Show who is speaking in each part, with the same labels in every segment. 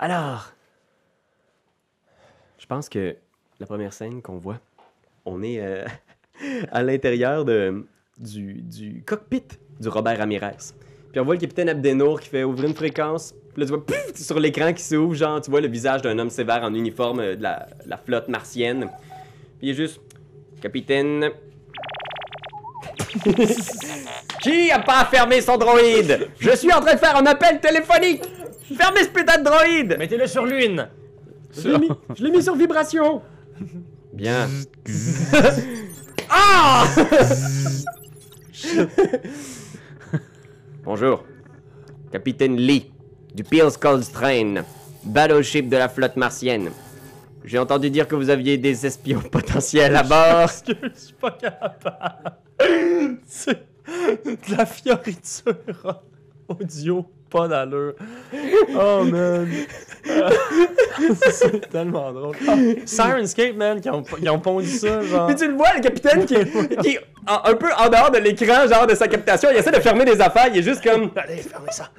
Speaker 1: Alors, je pense que la première scène qu'on voit, on est euh, à l'intérieur de, du, du cockpit du Robert Ramirez. Puis on voit le capitaine Abdenour qui fait ouvrir une fréquence. Puis là, tu vois pff, sur l'écran qui s'ouvre, genre, tu vois le visage d'un homme sévère en uniforme euh, de la, de la flotte martienne. Puis il est juste Capitaine. qui a pas fermé son droïde Je suis en train de faire un appel téléphonique Fermez ce putain de droïde
Speaker 2: Mettez-le sur l'une.
Speaker 1: je l'ai mis, je l'ai mis sur vibration. Bien. ah Bonjour. Capitaine Lee, du Pierce Cold Train, battleship de la flotte martienne. J'ai entendu dire que vous aviez des espions potentiels à bord.
Speaker 2: Parce que je suis pas capable. C'est de la fioriture en audio, pas d'allure. Oh man. Euh, C'est tellement drôle. Ah, Sirenscape, man, qui ont, ils ont pondu ça, genre.
Speaker 1: Puis tu le vois, le capitaine qui est, qui est en- un peu en dehors de l'écran, genre de sa captation, il essaie de fermer des affaires, il est juste comme.
Speaker 2: Allez, fermez ça.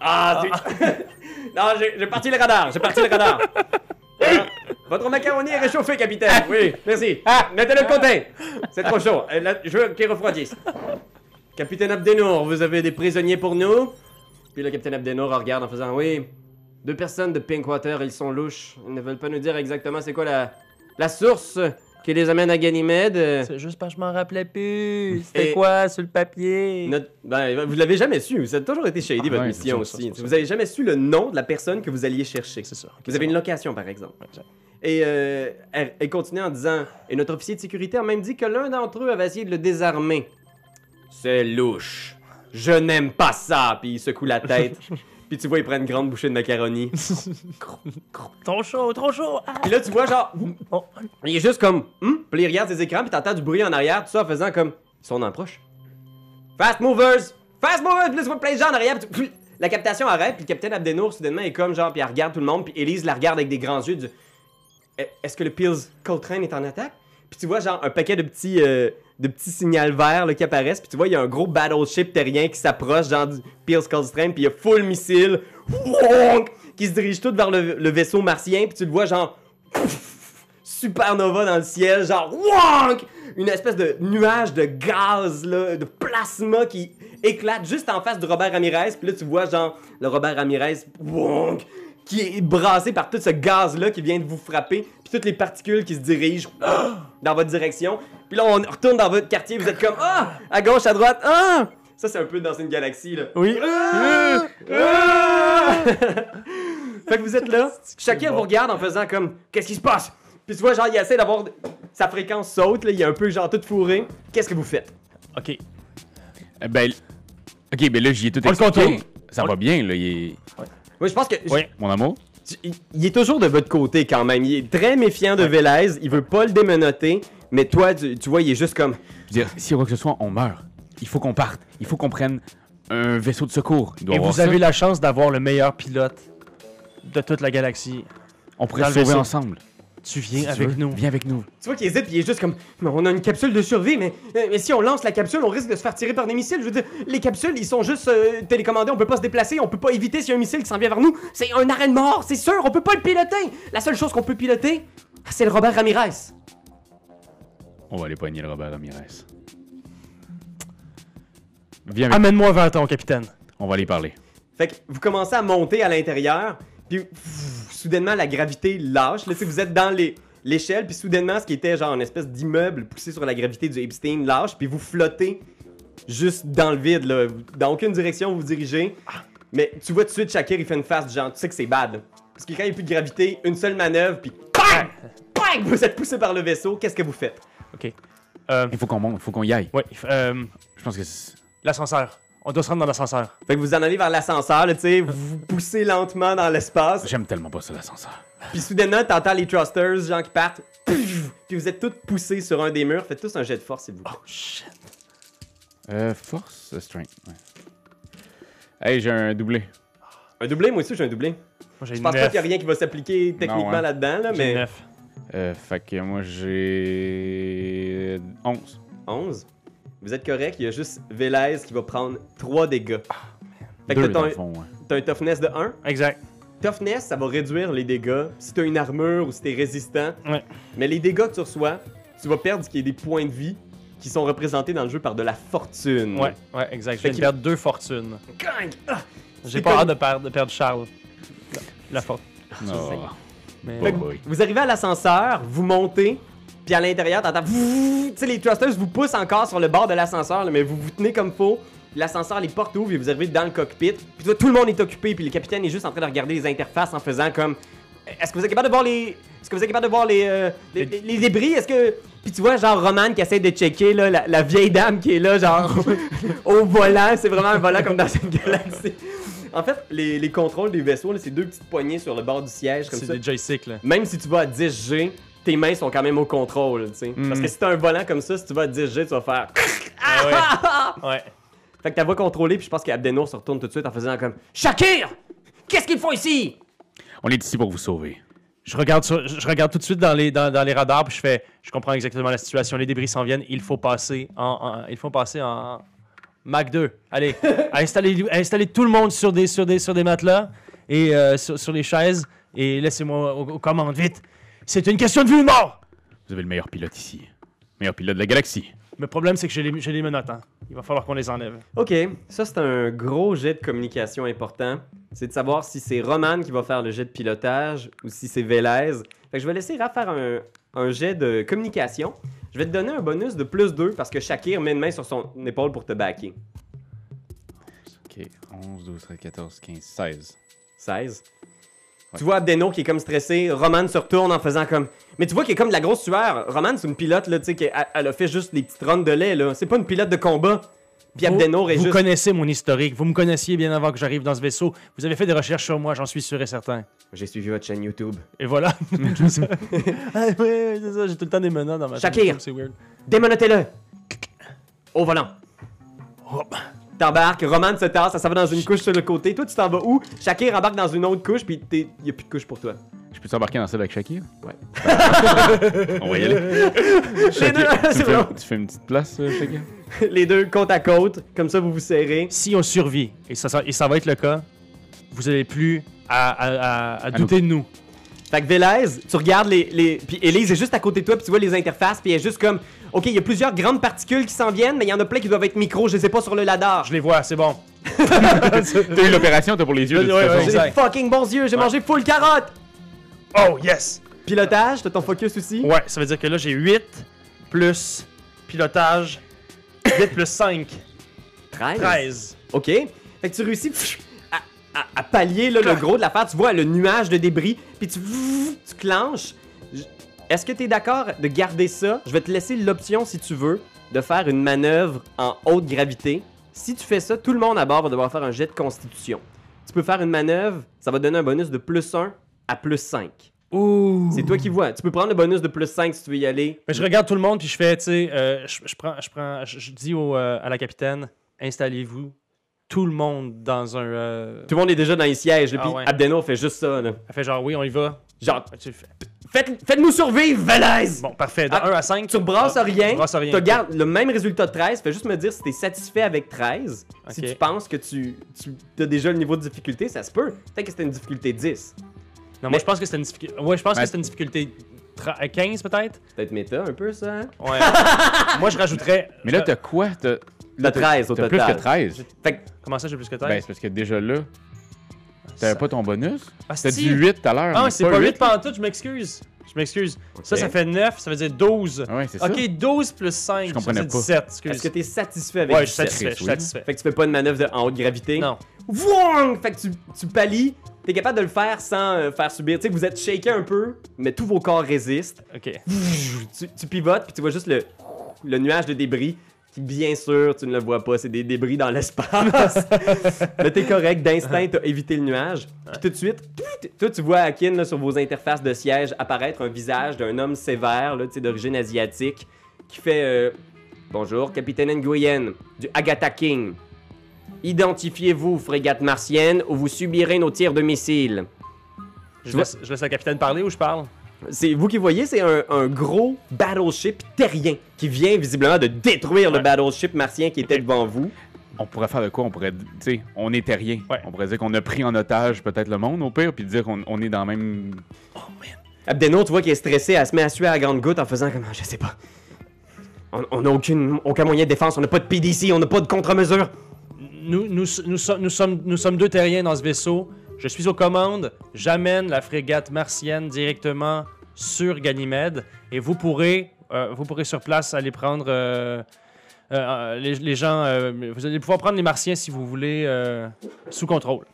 Speaker 1: Ah, tu... Non, j'ai- j'ai parti le radar, j'ai parti le radar. Hein? Votre macaroni est réchauffé, capitaine. Oui, merci. Ah, mettez-le de côté.
Speaker 2: Ah.
Speaker 1: C'est trop chaud. Euh, là, je veux qu'il refroidisse. Capitaine Abdenour, vous avez des prisonniers pour nous Puis le capitaine Abdenour regarde en faisant Oui, deux personnes de Pinkwater, ils sont louches. Ils ne veulent pas nous dire exactement c'est quoi la, la source qui les amène à Ganymède. Euh,
Speaker 2: C'est juste parce que je m'en rappelais plus.
Speaker 1: Et-
Speaker 2: C'était quoi sur le papier?
Speaker 1: Notre- ben, vous l'avez jamais su, ça a toujours été shady
Speaker 2: Ah,
Speaker 1: votre
Speaker 2: ouais,
Speaker 1: mission
Speaker 2: c'est ça,
Speaker 1: aussi.
Speaker 2: c'est ça.
Speaker 1: Vous avez jamais su le nom de la personne que vous alliez chercher.
Speaker 2: C'est ça. ok,
Speaker 1: Vous
Speaker 2: c'est
Speaker 1: avez une
Speaker 2: bon.
Speaker 1: location, par exemple.
Speaker 2: Ouais, c'est-
Speaker 1: Et euh, elle, elle continue en disant Et notre officier de sécurité a même dit que l'un d'entre eux avait essayé de le désarmer. C'est louche. Je n'aime pas ça. Puis il secoue la tête. Puis tu vois, il prend une grande bouchée de macaroni.
Speaker 2: Trop chaud, trop chaud. Ah,
Speaker 1: Puis là, tu vois, genre,
Speaker 2: bon.
Speaker 1: il est juste comme Hum? Puis il regarde ses écrans, puis t'entends du bruit en arrière, tout ça en faisant comme Ils sont en proche. Fast movers! Fast movers! Puis là, tu vois plein de gens en arrière, puis tu- puis la captation arrête, puis le capitaine Abdenour, soudainement, est comme genre, puis elle regarde tout le monde, puis Elise la regarde avec des grands yeux du Eh, Est-ce que le Pills Coltrane est en attaque? Puis tu vois, genre, un paquet de petits. euh, de petits signaux verts là, qui apparaissent, puis tu vois, il y a un gros battleship terrien qui s'approche, genre du Pierce Coltrane, puis il y a full missile, wonk, qui se dirige tout vers le, le vaisseau martien, puis tu le vois, genre, supernova dans le ciel, genre wonk, une espèce de nuage de gaz là, de plasma qui éclate juste en face de Robert Ramirez. Puis là tu vois genre le Robert Ramirez wonk qui est brassé par tout ce gaz là qui vient de vous frapper, puis toutes les particules qui se dirigent ah, dans votre direction. Puis là on retourne dans votre quartier, vous êtes comme ah à gauche à droite ah ça c'est un peu dans une galaxie là.
Speaker 2: Oui. Euh!
Speaker 1: Ah! Ah! fait que vous êtes là, chacun
Speaker 2: bon.
Speaker 1: vous regarde en faisant comme Qu'est-ce qui se passe Puis tu vois, genre, il essaie d'avoir. Sa fréquence saute, là, il est un peu genre tout fourré. Qu'est-ce que vous faites
Speaker 2: Ok.
Speaker 3: Euh, Ben, l- ok, ben là, j'y ai tout
Speaker 2: On le
Speaker 3: expliqué.
Speaker 2: contourne.
Speaker 3: Ça
Speaker 2: On
Speaker 3: va bien, là, il est-
Speaker 1: Moi, je pense que.
Speaker 2: Oui.
Speaker 3: mon amour.
Speaker 1: je- il, il est toujours de votre côté quand même. Il est très méfiant de Vélez, il veut pas le démenoter. Mais toi, tu, tu vois, il est juste comme.
Speaker 3: Je veux dire, si quoi que ce soit, on meurt. Il faut qu'on parte. Il faut qu'on prenne un vaisseau de secours. Il doit
Speaker 2: Et
Speaker 3: avoir
Speaker 2: vous
Speaker 3: ça.
Speaker 2: avez la chance d'avoir le meilleur pilote de toute la galaxie.
Speaker 3: On pourrait
Speaker 2: dans
Speaker 3: se
Speaker 2: le
Speaker 3: sauver
Speaker 2: vaisseau.
Speaker 3: ensemble.
Speaker 2: Tu viens
Speaker 3: Si tu
Speaker 2: avec
Speaker 3: veux.
Speaker 2: nous.
Speaker 3: Viens avec nous.
Speaker 1: Tu vois qu'il hésite, puis il est juste comme. Mais on a une capsule de survie, mais, euh, mais si on lance la capsule, on risque de se faire tirer par des missiles. Je veux dire, les capsules, ils sont juste euh, télécommandées, on peut pas se déplacer, on peut pas éviter s'il y a un missile qui s'en vient vers nous. C'est un arrêt de mort, c'est sûr, on peut pas le piloter. La seule chose qu'on peut piloter, c'est le Robert Ramirez.
Speaker 3: On va aller poigner le Robert Ramirez. Viens avec
Speaker 2: Amène-moi vers ton capitaine.
Speaker 3: On va aller parler.
Speaker 1: Fait que vous commencez à monter à l'intérieur, puis pff, soudainement la gravité lâche. Là, tu sais, vous êtes dans les l'échelle, puis soudainement ce qui était genre une espèce d'immeuble poussé sur la gravité du Epstein lâche, puis vous flottez juste dans le vide, là. Vous- dans aucune direction vous vous dirigez. Mais tu vois tout de suite Shakir il fait une face du genre, tu sais que c'est bad. là. Parce que quand il n'y a plus de gravité, une seule manœuvre, puis bang, bang, vous êtes poussé par le vaisseau. Qu'est-ce que vous faites
Speaker 2: Ok. Euh,
Speaker 3: Il faut qu'on monte, il faut qu'on y aille.
Speaker 2: ouais, euh,
Speaker 3: Je pense que c'est...
Speaker 2: l'ascenseur. On doit se rendre dans l'ascenseur.
Speaker 1: Fait que vous en allez vers l'ascenseur, là, tu sais, vous vous poussez lentement dans l'espace.
Speaker 3: J'aime tellement pas ça, l'ascenseur.
Speaker 1: Puis soudainement, t'entends les thrusters, gens qui partent. Pfff! Puis vous êtes tous poussés sur un des murs. Faites tous un jet de force, s'il vous plaît.
Speaker 2: Oh shit.
Speaker 3: Euh, force, euh, strength. ouais. Hey, j'ai un doublé.
Speaker 1: Oh. Un doublé, moi aussi, j'ai un doublé.
Speaker 2: Moi j'ai
Speaker 1: Je
Speaker 2: une
Speaker 1: pense pas qu'il y a
Speaker 2: neuf.
Speaker 1: rien qui va s'appliquer techniquement
Speaker 3: hein.
Speaker 1: là-dedans, là,
Speaker 2: J'ai une
Speaker 1: mais.
Speaker 2: neuf.
Speaker 3: Euh, fait que moi, j'ai... 11.
Speaker 1: 11. Vous êtes correct, il y a juste Vélez qui va prendre 3 dégâts. Fait que
Speaker 2: Ah,
Speaker 3: Deux,
Speaker 1: t'as
Speaker 3: dans
Speaker 1: ton-
Speaker 3: le fond, hein. ouais.
Speaker 1: T'as un toughness de 1.
Speaker 2: Exact.
Speaker 1: Toughness, ça va réduire les dégâts si t'as une armure ou si t'es résistant.
Speaker 2: Ouais.
Speaker 1: Mais les dégâts que tu reçois, tu vas perdre ce qui est des points de vie qui sont représentés dans le jeu par de la
Speaker 3: Hmm.
Speaker 1: fortune.
Speaker 2: Ouais, ouais, exact. Je
Speaker 1: Fait
Speaker 2: viens de
Speaker 1: qu'il-
Speaker 2: perdre deux fortunes.
Speaker 1: Gang! Ah!
Speaker 2: J'ai
Speaker 1: C'est
Speaker 2: pas
Speaker 1: comme-
Speaker 2: hâte de perdre, de perdre Charles. La- La fortune.
Speaker 3: Oh,
Speaker 2: Mais...
Speaker 1: Fait que
Speaker 3: boy.
Speaker 1: vous arrivez à l'ascenseur, vous montez, puis à l'intérieur, t'entends. Tu sais, les thrusters vous poussent encore sur le bord de l'ascenseur, là, mais vous vous tenez comme faux. L'ascenseur, les portes ouvrent et vous arrivez dans le cockpit. Puis tout- tout le monde est occupé, puis le capitaine est juste en train de regarder les interfaces en faisant comme. Est-ce que vous êtes capable de voir les. Est-ce que vous êtes capable de voir les, euh, les, les- les débris? Est-ce que. Puis tu vois, genre, Roman qui essaie de checker, là, la, la vieille dame qui est là, genre, au volant. C'est vraiment un volant comme dans cette galaxie. En fait, les, les contrôles des vaisseaux, là, c'est deux petites poignées sur le bord du siège, comme ça.
Speaker 2: C'est des joysticks, là.
Speaker 1: Même si tu vas à 10G, tes mains sont quand même au contrôle, tu sais. Parce que si t'as un volant comme ça, si tu vas à 10G, tu vas faire.
Speaker 2: Ah ouais. ouais.
Speaker 1: Fait que ta voix contrôlée, puis je pense qu'Abdenour se retourne tout de suite en faisant comme Shakir Qu'est-ce qu'ils font ici
Speaker 3: On est ici pour vous sauver.
Speaker 2: Je regarde, sur- je regarde tout de suite dans les, dans, dans les radars, puis je fais, je comprends exactement la situation. Les débris s'en viennent, il faut passer en, en- il faut passer en Mac 2. Allez, installez, installez tout le monde sur des, sur des, sur des matelas et euh, sur, sur les chaises et laissez-moi aux, aux commandes vite. C'est une question de vie ou de mort.
Speaker 3: Vous avez le meilleur pilote ici. Meilleur pilote de la galaxie.
Speaker 2: Le problème, c'est que j'ai les, j'ai les menottes. hein. Il va falloir qu'on les enlève.
Speaker 1: Ok, ça c'est un gros jet de communication important. C'est de savoir si c'est Roman qui va faire le jet de pilotage ou si c'est Vélez. Fait que je vais laisser Raph faire un, un jet de communication. Je vais te donner un bonus de plus 2 parce que Shakir met une main sur son épaule pour te backer.
Speaker 3: Ok, 11, 12, 13, 14, 15, 16.
Speaker 1: 16.
Speaker 3: Ouais.
Speaker 1: Tu vois Abdeno qui est comme stressé, Roman se retourne en faisant comme. Mais tu vois qu'il est comme de la grosse sueur. Roman, c'est une pilote, là, tu sais, qui- elle, elle a fait juste des petites rondes de lait, là. C'est pas une pilote de combat. Puis
Speaker 2: Vous-
Speaker 1: Abdeno est
Speaker 2: vous
Speaker 1: juste.
Speaker 2: connaissez mon historique. Vous me connaissiez bien avant que j'arrive dans ce vaisseau. Vous avez fait des recherches sur moi, j'en suis sûr et certain.
Speaker 1: J'ai suivi votre chaîne YouTube.
Speaker 2: Et voilà. ah, ouais, ouais, c'est ça, j'ai tout le temps des menaces dans ma
Speaker 1: Shakir.
Speaker 2: tête, C'est weird.
Speaker 1: Démonotez-le Au volant.
Speaker 2: Hop.
Speaker 1: T'embarques, Roman se tasse, ça s'en va dans une couche sur le côté. Toi, tu t'en vas où Shakir embarque dans une autre couche, puis t'es- y a plus de couche pour toi.
Speaker 3: Je peux t'embarquer dans celle avec Shakir?
Speaker 1: Ouais.
Speaker 3: On va y aller. Shakir,
Speaker 1: deux,
Speaker 3: tu me
Speaker 1: c'est
Speaker 3: fais-
Speaker 1: bon.
Speaker 3: Tu fais une petite place, euh, Shakir?
Speaker 1: Les deux côte à côte, comme ça vous vous serrez.
Speaker 2: Si on survit, et ça, ça- et ça va être le cas, vous n'allez plus à, à- à- à douter de nous.
Speaker 1: Fait que Vélez, tu regardes les. les... Puis Elise est juste à côté de toi, puis tu vois les interfaces, puis elle est juste comme. Ok, il y a plusieurs grandes particules qui s'en viennent, mais il y en a plein qui doivent être micro, je les ai pas sur le ladar.
Speaker 2: Je les vois, c'est bon.
Speaker 3: T'as eu l'opération, t'as pour les yeux de toute
Speaker 2: Ouais, ouais,
Speaker 3: façon.
Speaker 1: J'ai des
Speaker 2: exact.
Speaker 1: fucking bons yeux, j'ai mangé full carotte!
Speaker 2: Oh, yes!
Speaker 1: Pilotage, t'as ton focus aussi?
Speaker 2: Ouais, ça veut dire que là, j'ai 8 plus pilotage, 8 plus 5,
Speaker 1: 13.
Speaker 2: 13.
Speaker 1: Ok. Fait que tu réussis pff, à, à- à pallier là, le gros de l'affaire. Tu vois le nuage de débris, puis tu, tu clenches. J- Est-ce que tu es d'accord de garder ça? Je vais te laisser l'option, si tu veux, de faire une manœuvre en haute gravité. Si tu fais ça, tout le monde à bord va devoir faire un jet de constitution. Tu peux faire une manœuvre, ça va te donner un bonus de plus 1 à plus 5.
Speaker 2: Ouh!
Speaker 1: C'est toi qui vois. Tu peux prendre le bonus de plus 5 si tu veux y aller.
Speaker 2: Mais je regarde tout le monde, puis je fais, tu sais, euh, je, je prends, je, prends, je, je dis au, euh, à la capitaine, installez-vous tout le monde dans un. euh,
Speaker 1: Tout le monde est déjà dans les sièges, là,
Speaker 2: Ah
Speaker 1: puis
Speaker 2: ouais.
Speaker 1: Abdeno fait juste ça. là.
Speaker 2: Elle fait genre, oui, on y va. Ben,
Speaker 1: Genre,
Speaker 2: Tu le fais.
Speaker 1: faites- faites-nous survivre, Velaise!
Speaker 2: Bon, parfait. De
Speaker 1: Ah,
Speaker 2: 1 à 5.
Speaker 1: Tu rebrasses
Speaker 2: Ah,
Speaker 1: rien.
Speaker 2: je brasse rien.
Speaker 1: Tu gardes le même résultat de 13. Fais juste me dire si t'es satisfait avec 13. Si
Speaker 2: Ok.
Speaker 1: tu penses que tu, tu as déjà le niveau de difficulté, ça se peut. Peut-être que c'était une difficulté 10. Mais-
Speaker 2: Non, moi, je pense que c'était une difficulté. Ouais, je pense
Speaker 3: Ouais.
Speaker 2: que c'était une difficulté tra- à 15 peut-être.
Speaker 1: C'est Peut-être méta un peu ça. hein?
Speaker 2: Ouais. moi, je rajouterais. euh,
Speaker 3: Mais là,
Speaker 2: je-
Speaker 3: t'as quoi? T'as
Speaker 1: Le 13 au
Speaker 3: t'as plus
Speaker 1: total.
Speaker 3: que 13?
Speaker 1: Fait que
Speaker 2: Comment ça, j'ai plus que 13
Speaker 3: Ben, c'est parce que déjà là, t'avais pas ton bonus?
Speaker 2: Ah,
Speaker 3: T'as
Speaker 2: si.
Speaker 3: dit 8 tout à l'heure.
Speaker 2: Ah,
Speaker 3: mais
Speaker 2: c'est pas 8
Speaker 3: huit.
Speaker 2: pantoute, je m'excuse. Je m'excuse. Ça, ça fait 9, ça veut dire 12.
Speaker 3: Ah Ouais, c'est ça.
Speaker 2: ok, 12 plus 5.
Speaker 3: Je comprenais
Speaker 2: ça,
Speaker 3: pas.
Speaker 2: C'est 17, excuse.
Speaker 1: est-ce que t'es satisfait avec
Speaker 2: Ouais, je suis
Speaker 1: 17?
Speaker 2: satisfait, je suis
Speaker 3: oui.
Speaker 2: satisfait.
Speaker 1: Fait que tu fais pas une manœuvre de, en haute gravité.
Speaker 2: Non.
Speaker 1: Wouang! Fait que tu, tu pallies. T'es capable de le faire sans euh, faire subir. Tu sais, vous êtes shaké un peu, mais tous vos corps résistent.
Speaker 2: Ok.
Speaker 1: tu, tu pivotes, puis tu vois juste le, le nuage de débris, qui bien sûr, tu ne le vois pas, c'est des débris dans l'espace. Mais t'es correct, d'instinct, t'as évité le nuage. Puis tout de suite, tout- toi, tu vois Akin là, sur vos interfaces de siège apparaître un visage d'un homme sévère, là, tu sais, d'origine asiatique, qui fait euh, Bonjour, capitaine Nguyen, du Agatha King. Identifiez-vous, frégate martienne, ou vous subirez nos tirs de missiles.
Speaker 2: Je laisse, je laisse la capitaine parler ou je parle
Speaker 1: C'est vous qui voyez, c'est un, un gros battleship terrien qui vient visiblement de détruire le
Speaker 2: Ouais.
Speaker 1: battleship martien qui était devant vous.
Speaker 3: on pourrait faire de quoi On pourrait, tu sais, on est terrien.
Speaker 2: Ouais.
Speaker 3: On pourrait dire qu'on a pris en otage peut-être le monde au pire, puis dire qu'on on est dans le même.
Speaker 1: Abdeno, tu vois qu'il est stressé, elle se met à suer à grande goutte en faisant comme, je sais pas. On- On n'a aucune, aucun moyen de défense, on n'a pas de PDC, on n'a pas de contre-mesure.
Speaker 2: Nous, nous, nous, sommes- nous sommes, nous sommes deux terriens dans ce vaisseau. Je suis aux commandes. J'amène la frégate martienne directement sur Ganymède. Et vous pourrez, euh, vous pourrez sur place aller prendre euh, euh, euh, les, les gens. euh, vous allez pouvoir prendre les martiens si vous voulez euh, sous contrôle.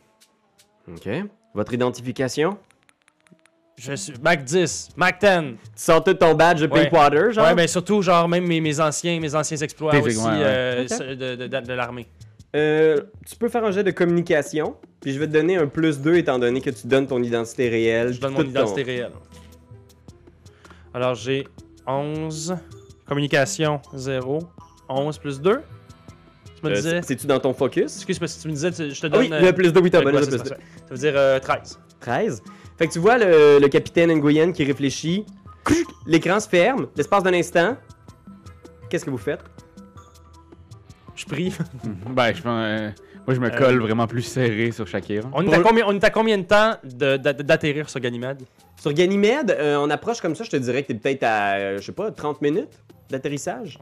Speaker 1: Ok. Votre identification
Speaker 2: Je suis Mac 10, Mac 10.
Speaker 1: Tu sors tout ton badge de
Speaker 2: Ouais.
Speaker 1: Pinkwater, genre
Speaker 2: Ouais, mais surtout, genre, même mes, mes anciens, mes anciens exploits
Speaker 3: Tes-
Speaker 2: aussi
Speaker 3: ouais, ouais.
Speaker 2: euh,
Speaker 1: Ok.
Speaker 2: ce- de, de- de- de l'armée.
Speaker 1: Euh, tu peux faire un jet de communication, puis je vais te donner un plus 2 étant donné que tu donnes ton identité réelle.
Speaker 2: Je donne
Speaker 1: puis
Speaker 2: mon
Speaker 1: tout ton-
Speaker 2: identité réelle. Alors, j'ai 11. Communication, 0. 11 plus 2. Tu me
Speaker 1: Euh,
Speaker 2: disais.
Speaker 1: c'est- C'est-tu dans ton focus
Speaker 2: Excuse-moi si tu me disais, tu- je te
Speaker 1: Ah
Speaker 2: donne.
Speaker 1: oui,
Speaker 2: euh,
Speaker 1: le plus 2, oui, t'as
Speaker 2: ouais,
Speaker 1: bonne,
Speaker 2: ouais,
Speaker 1: le
Speaker 2: c'est
Speaker 1: plus 2.
Speaker 2: parfait. Ça veut dire euh, 13.
Speaker 1: 13. Fait que tu vois le, le capitaine Nguyen qui réfléchit. L'écran se ferme, l'espace d'un instant. Qu'est-ce que vous faites?
Speaker 2: Je prie.
Speaker 3: ben, je pense. euh, moi, je me colle vraiment plus serré sur Shakira.
Speaker 2: On est, à
Speaker 1: Pour-
Speaker 2: combien, on est à combien de temps de- d'a- d'atterrir sur Ganymede
Speaker 1: Sur Ganymède, euh, on approche comme ça, je te dirais que t'es peut-être à, euh, je sais pas, 30 minutes d'atterrissage.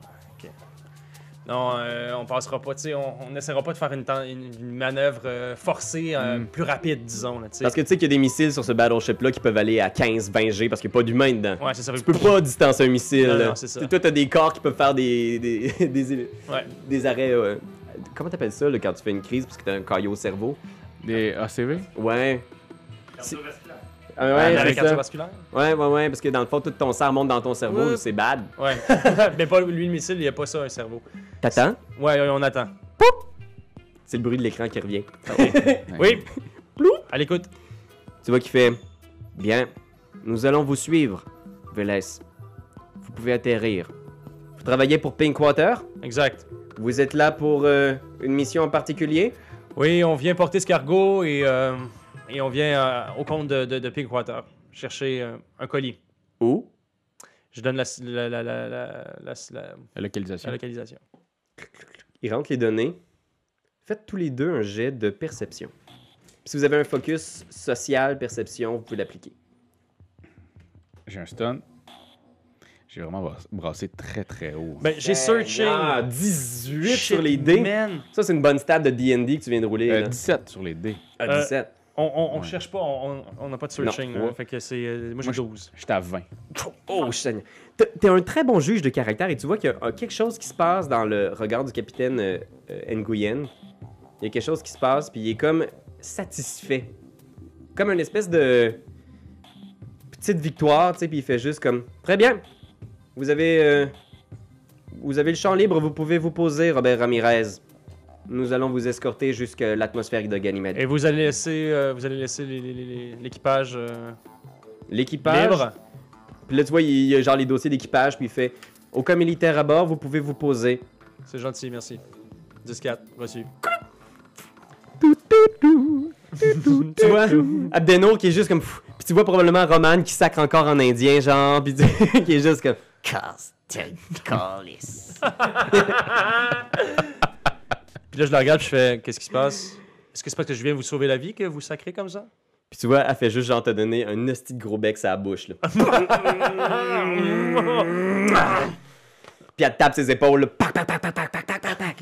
Speaker 2: Non, euh, on passera pas, tu sais, on, on essaiera pas de faire une, ten- une- une manœuvre euh, forcée, euh,
Speaker 3: Mm.
Speaker 2: plus rapide, disons. Là, tu sais.
Speaker 1: Hmm. Parce que tu sais qu'il y a des missiles sur ce battleship-là qui peuvent aller à 15-20 G parce qu'il n'y a pas d'humain dedans.
Speaker 2: Ouais, c'est ça.
Speaker 1: Tu peux pas distancer un missile.
Speaker 2: Non, non,
Speaker 1: là.
Speaker 2: c'est ça.
Speaker 1: Toi, t'as des corps qui peuvent faire des, des, des,
Speaker 2: Ouais.
Speaker 1: des arrêts. euh, comment t'appelles ça là, quand tu fais une crise parce que t'as un caillot au cerveau?
Speaker 3: Des ACV
Speaker 1: Ouais. Ah
Speaker 2: Ouais,
Speaker 1: ouais,
Speaker 2: la
Speaker 1: c'est ça.
Speaker 2: cardiovasculaire.
Speaker 1: ouais, ouais, ouais, parce que dans le fond, tout ton sang monte dans ton cerveau,
Speaker 2: Ouais.
Speaker 1: c'est bad.
Speaker 2: Ouais. Mais pas lui, le missile, il a pas ça, un cerveau.
Speaker 1: T'attends?
Speaker 2: Ouais, ouais, on attend.
Speaker 1: C'est le bruit de l'écran qui revient.
Speaker 2: Oui. Plou. À l'écoute.
Speaker 1: Tu vois qu'il fait Bien, nous allons vous suivre, Vélez. Vous pouvez atterrir. Vous travaillez pour Pinkwater
Speaker 2: Exact.
Speaker 1: Vous êtes là pour euh, une mission en particulier
Speaker 2: Oui, on vient porter ce cargo et, euh, et on vient euh, au compte de, de, de Pinkwater chercher euh, un colis.
Speaker 1: Où
Speaker 2: Je donne la, la, la, la, la- la- la-
Speaker 3: La
Speaker 2: la
Speaker 3: localisation.
Speaker 2: localisation.
Speaker 1: Il rentre les données. Faites tous les deux un jet de perception. Si vous avez un focus social, perception, vous pouvez l'appliquer.
Speaker 3: J'ai un stun. J'ai vraiment bras- brassé très très haut.
Speaker 2: Ben, j'ai searching.
Speaker 1: Ah, 18 sur
Speaker 2: Shit,
Speaker 1: les dés.
Speaker 2: man.
Speaker 1: Ça, c'est une bonne stat de DD que tu viens de rouler.
Speaker 3: Euh,
Speaker 1: là.
Speaker 3: 17 sur les dés.
Speaker 1: Ah,
Speaker 2: Euh,
Speaker 1: 17.
Speaker 2: On, on, on
Speaker 3: Ouais.
Speaker 2: cherche pas, on on n'a pas de searching.
Speaker 1: Non.
Speaker 2: là. fait que c'est. euh, moi, j'ai
Speaker 3: Moi, je-
Speaker 2: 12.
Speaker 3: J'étais à 20.
Speaker 1: Oh,
Speaker 2: Ah.
Speaker 1: Seigneur. T'es t'es un très bon juge de caractère et tu vois qu'il y a euh, quelque chose qui se passe dans le regard du capitaine euh, euh, Nguyen. Il y a quelque chose qui se passe, puis il est comme satisfait. Comme une espèce de petite victoire, tu sais, puis il fait juste comme Très bien, vous avez, euh, vous avez le champ libre, vous pouvez vous poser, Robert Ramirez. Nous allons vous escorter jusqu'à l'atmosphère de Ganymède.
Speaker 2: Et vous allez laisser, euh, vous allez laisser les- les- les- les- l'équipage euh,
Speaker 1: L'équipage.
Speaker 2: libre.
Speaker 1: Puis là, tu vois, il y a genre les dossiers d'équipage, puis il fait Aucun militaire à bord, vous pouvez vous poser.
Speaker 2: C'est gentil, merci. 10-4, reçu.
Speaker 1: tu vois Abdenour qui est juste comme pff, puis tu vois probablement Roman qui sacre encore en indien genre puis tu- qui est juste comme
Speaker 4: Cause to callis.
Speaker 2: Puis là, je la regarde, puis je fais Qu'est-ce qui se passe Est-ce que c'est parce que je viens vous sauver la vie que vous sacrez comme ça
Speaker 1: puis tu vois elle fait juste genre te donner un hostie de gros bec à la bouche là puis elle tape ses épaules là. pac pac pac pac pac pac pac pac pac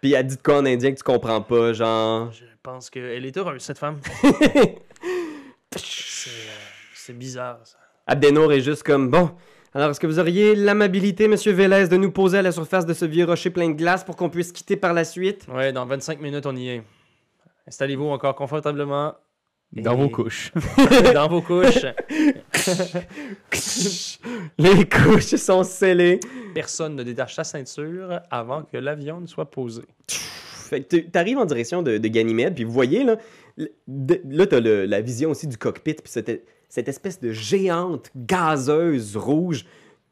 Speaker 1: puis elle dit de quoi en indien que tu comprends pas genre
Speaker 2: Je pense qu'elle est heureuse, cette femme. C'est, euh, C'est bizarre, ça.
Speaker 1: Abdenour est juste comme bon alors, est-ce que vous auriez l'amabilité, Monsieur Vélez, de nous poser à la surface de ce vieux rocher plein de glace pour qu'on puisse quitter par la suite?
Speaker 2: Ouais, dans 25 minutes, on y est. Installez-vous encore confortablement
Speaker 3: Dans
Speaker 2: Et-
Speaker 3: vos couches.
Speaker 2: dans vos couches.
Speaker 1: Les couches sont scellées.
Speaker 2: Personne ne détache sa ceinture avant que l'avion ne soit posé.
Speaker 1: Fait que tu- t'arrives en direction de, de Ganymède, puis vous voyez, là, l- de- là t'as le- la vision aussi du cockpit, puis cette, cette espèce de géante gazeuse rouge.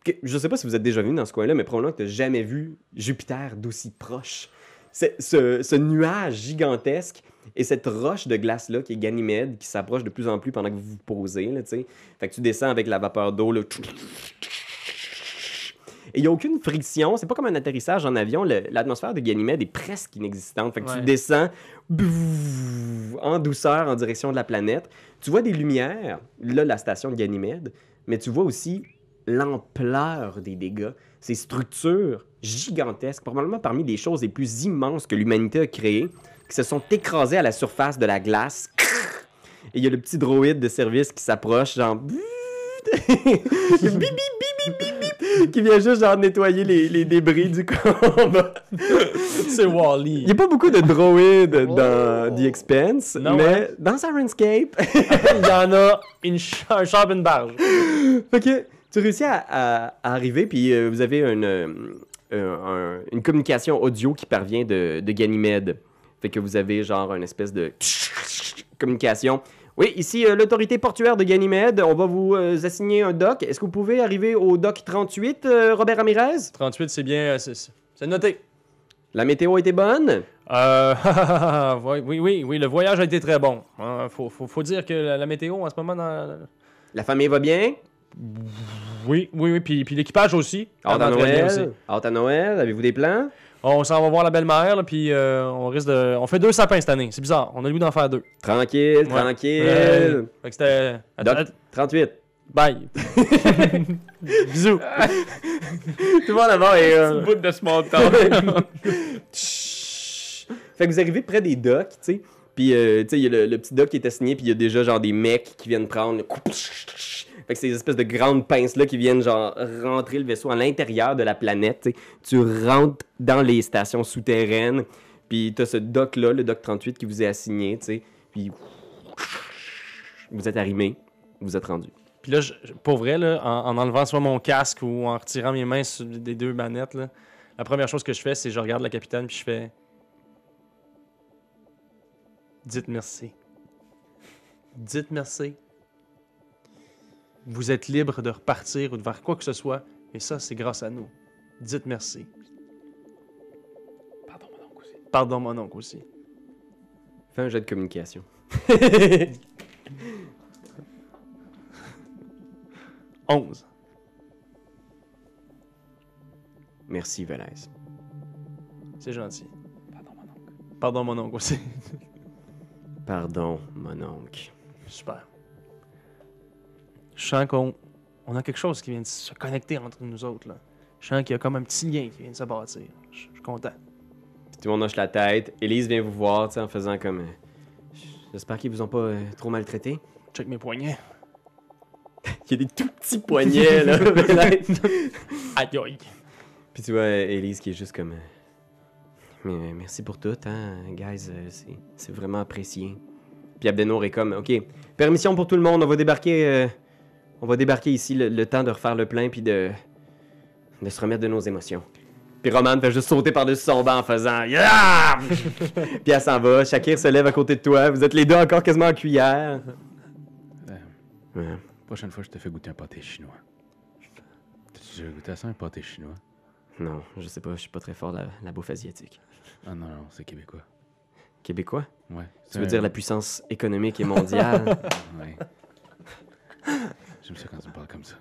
Speaker 1: Que, je sais pas si vous êtes déjà venu dans ce coin-là, mais probablement que t'as jamais vu Jupiter d'aussi proche. C'est- Ce, ce nuage gigantesque et cette roche de glace-là qui est Ganymède, qui s'approche de plus en plus pendant que vous vous posez, là, tu sais. Fait que tu descends avec la vapeur d'eau, là. et il n'y a aucune friction. C'est pas comme un atterrissage en avion. Le- L'atmosphère de Ganymède est presque inexistante. Fait que
Speaker 2: Ouais.
Speaker 1: tu descends bouf, en douceur en direction de la planète. Tu vois des lumières, là, la station de Ganymède, mais tu vois aussi l'ampleur des dégâts, ces structures gigantesques, probablement parmi les choses les plus immenses que l'humanité a créées, qui se sont écrasées à la surface de la glace. Et il y a le petit droïde de service qui s'approche, genre... bip, bip, bip, bip, bip, bip, qui vient juste genre nettoyer les, les débris du combat.
Speaker 2: C'est Wally.
Speaker 1: Il n'y a pas beaucoup de droïdes
Speaker 4: Oh.
Speaker 1: dans The Expense,
Speaker 2: Non,
Speaker 1: mais
Speaker 2: hein?
Speaker 1: dans Sirenscape,
Speaker 2: Il y en a une ch- un char et une barge.
Speaker 1: Fait que tu réussis à, à- à arriver, puis euh, vous avez une, euh, euh, un- une communication audio qui parvient de, de Ganymède. Fait que vous avez genre une espèce de communication. Oui, ici euh, l'autorité portuaire de Ganymède, on va vous euh, assigner un dock. Est-ce que vous pouvez arriver au dock 38, euh, Robert Ramirez
Speaker 2: 38, c'est bien. euh, c'est- C'est c'est noté.
Speaker 1: La météo était bonne
Speaker 2: Euh, oui, oui, oui, oui, le voyage a été très bon. Hein, faut, faut, faut dire que la, la météo en ce moment. dans-
Speaker 1: La famille va bien
Speaker 2: Oui, oui, oui, puis, puis l'équipage aussi.
Speaker 1: Hâte
Speaker 2: Ah,
Speaker 1: à
Speaker 2: très bien aussi.
Speaker 1: Noël Hâte à Noël Avez-vous des plans
Speaker 2: On s'en va voir la belle-mère, là, puis euh, on risque de. On fait deux sapins cette année, c'est bizarre. On a le goût d'en faire deux.
Speaker 1: Tranquille, tranquille
Speaker 2: Euh, fait que c'était.
Speaker 1: Doc
Speaker 2: Att- att-
Speaker 1: 38.
Speaker 2: Bye. Bisous.
Speaker 1: Tout le monde avant et... euh,
Speaker 4: Bout de ce montant.
Speaker 1: Chut. fait que vous arrivez près des docks, tu sais. Puis, euh, tu sais, il y a le, le petit dock qui est assigné, puis il y a déjà, genre, des mecs qui viennent prendre. le coup. Fait que ces espèces de grandes pinces-là qui viennent, genre, rentrer le vaisseau à l'intérieur de la planète, tu sais. Tu rentres dans les stations souterraines, puis t'as ce dock-là, le dock 38, qui vous est assigné, tu sais. Puis, vous êtes arrimé, vous êtes rendu.
Speaker 2: Puis là, je- je- pour vrai, là, en, en enlevant soit mon casque ou en retirant mes mains sur- des deux manettes, là, la première chose que je fais, c'est je regarde la capitaine puis je fais. Dites merci. Dites merci. Vous êtes libre de repartir ou de faire quoi que ce soit, et ça, c'est grâce à nous. Dites merci.
Speaker 3: Pardon, mon oncle aussi.
Speaker 2: Pardon mon oncle aussi.
Speaker 1: Fais un jeu de communication.
Speaker 2: 11.
Speaker 1: Merci, Vélez.
Speaker 2: C'est gentil.
Speaker 3: Pardon, mon oncle.
Speaker 2: Pardon mon oncle aussi.
Speaker 1: Pardon, mon oncle.
Speaker 2: Super. Je sens qu'on on a quelque chose qui vient de se connecter entre nous autres. Là. Je sens qu'il y a comme un petit lien qui vient de se bâtir. Je je suis content.
Speaker 1: Puis tout le monde hoche la tête. Elise vient vous voir, tu sais, en faisant comme. euh, J'espère qu'ils vous ont pas euh, trop maltraité.
Speaker 2: Check mes poignets.
Speaker 1: Il y a des tout petits poignets, là. Puis
Speaker 2: Aïe aïe.
Speaker 1: tu vois euh, Elise qui est juste comme. euh, Mais euh, merci pour tout, hein, guys. euh, c'est- C'est vraiment apprécié. Puis Abdenour est comme, OK, permission pour tout le monde. On va débarquer. euh, on va débarquer ici le, le temps de refaire le plein puis de. de se remettre de nos émotions. Puis Roman fait juste sauter par-dessus son banc en faisant Yeah! puis elle s'en va. Shakir se lève à côté de toi. Vous êtes les deux encore quasiment en cuillère. Ouais.
Speaker 3: Prochaine fois, je te fais goûter un pâté chinois. T'as-tu déjà goûté à ça, un pâté chinois?
Speaker 1: Non, je sais pas, je suis pas très fort la, la bouffe asiatique.
Speaker 3: Ah non, non, c'est québécois.
Speaker 1: Québécois?
Speaker 3: Ouais.
Speaker 1: Tu veux dire la puissance économique et mondiale?
Speaker 3: Ouais. J'aime ça quand tu me parles comme ça.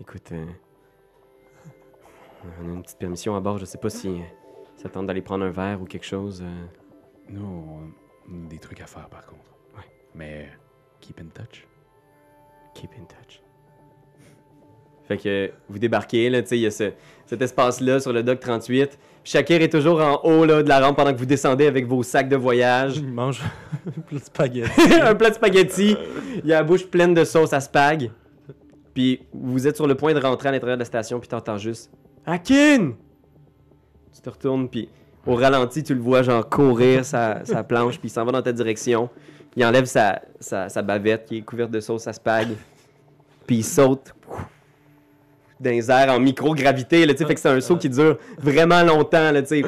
Speaker 1: Écoute, euh, on a une petite permission à bord, je sais pas si euh, ça tente d'aller prendre un verre ou quelque chose. euh.
Speaker 3: Nous, on- on a des trucs à faire, par contre.
Speaker 1: Ouais.
Speaker 3: Mais euh, keep in touch.
Speaker 1: Keep in touch. Fait que vous débarquez, là, tu sais, il y a ce- cet espace-là sur le dock 38. Shakir est toujours en haut là, de la rampe pendant que vous descendez avec vos sacs de voyage.
Speaker 2: Je mange plein de spaghettis.
Speaker 1: un plat de spaghettis, il a la bouche pleine de sauce à spag. Puis vous êtes sur le point de rentrer à l'intérieur de la station, puis t'entends juste Akin Tu te retournes, puis au ralenti, tu le vois genre courir sa, sa planche, puis il s'en va dans ta direction. Il enlève sa, sa, sa bavette qui est couverte de sauce à spag, puis il saute dans les airs en microgravité, là, tu sais, fait que c'est un saut qui dure vraiment longtemps, là, tu sais.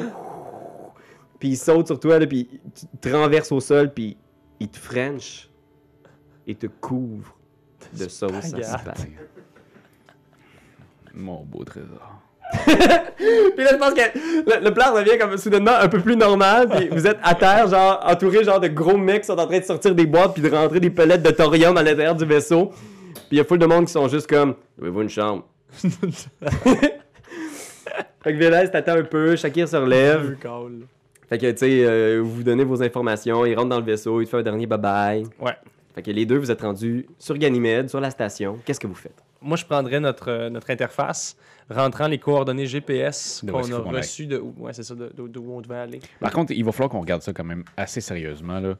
Speaker 1: Puis il saute sur toi, là, puis tu te renverses au sol, puis il te french et te couvre de sauce à
Speaker 2: Spaghetti.
Speaker 1: spag.
Speaker 3: Mon beau trésor.
Speaker 1: Puis là, je pense que le, le plan revient comme soudainement un peu plus normal. Puis vous êtes à terre, genre entouré genre de gros mecs qui sont en train de sortir des boîtes puis de rentrer des pelettes de thorium à l'intérieur du vaisseau. Puis il y a full de monde qui sont juste comme Louez-vous une chambre Fait que Vélez t'attend un peu, Shakir se relève.
Speaker 2: Deux calls.
Speaker 1: Fait que, tu sais, euh, vous vous donnez vos informations, il rentre dans le vaisseau, il te fait un dernier bye-bye.
Speaker 2: Ouais.
Speaker 1: Fait que les deux, vous êtes rendus sur Ganymède, sur la station. Qu'est-ce que vous faites?
Speaker 2: Moi, je prendrais notre, euh, notre interface, rentrant les coordonnées GPS
Speaker 3: De où
Speaker 2: qu'on
Speaker 3: est-ce qu'il
Speaker 2: a
Speaker 3: faut qu'on
Speaker 2: reçues de, où- ouais, c'est ça, de, de- de où on devait aller.
Speaker 3: Par contre, il va falloir qu'on regarde ça quand même assez sérieusement. Là.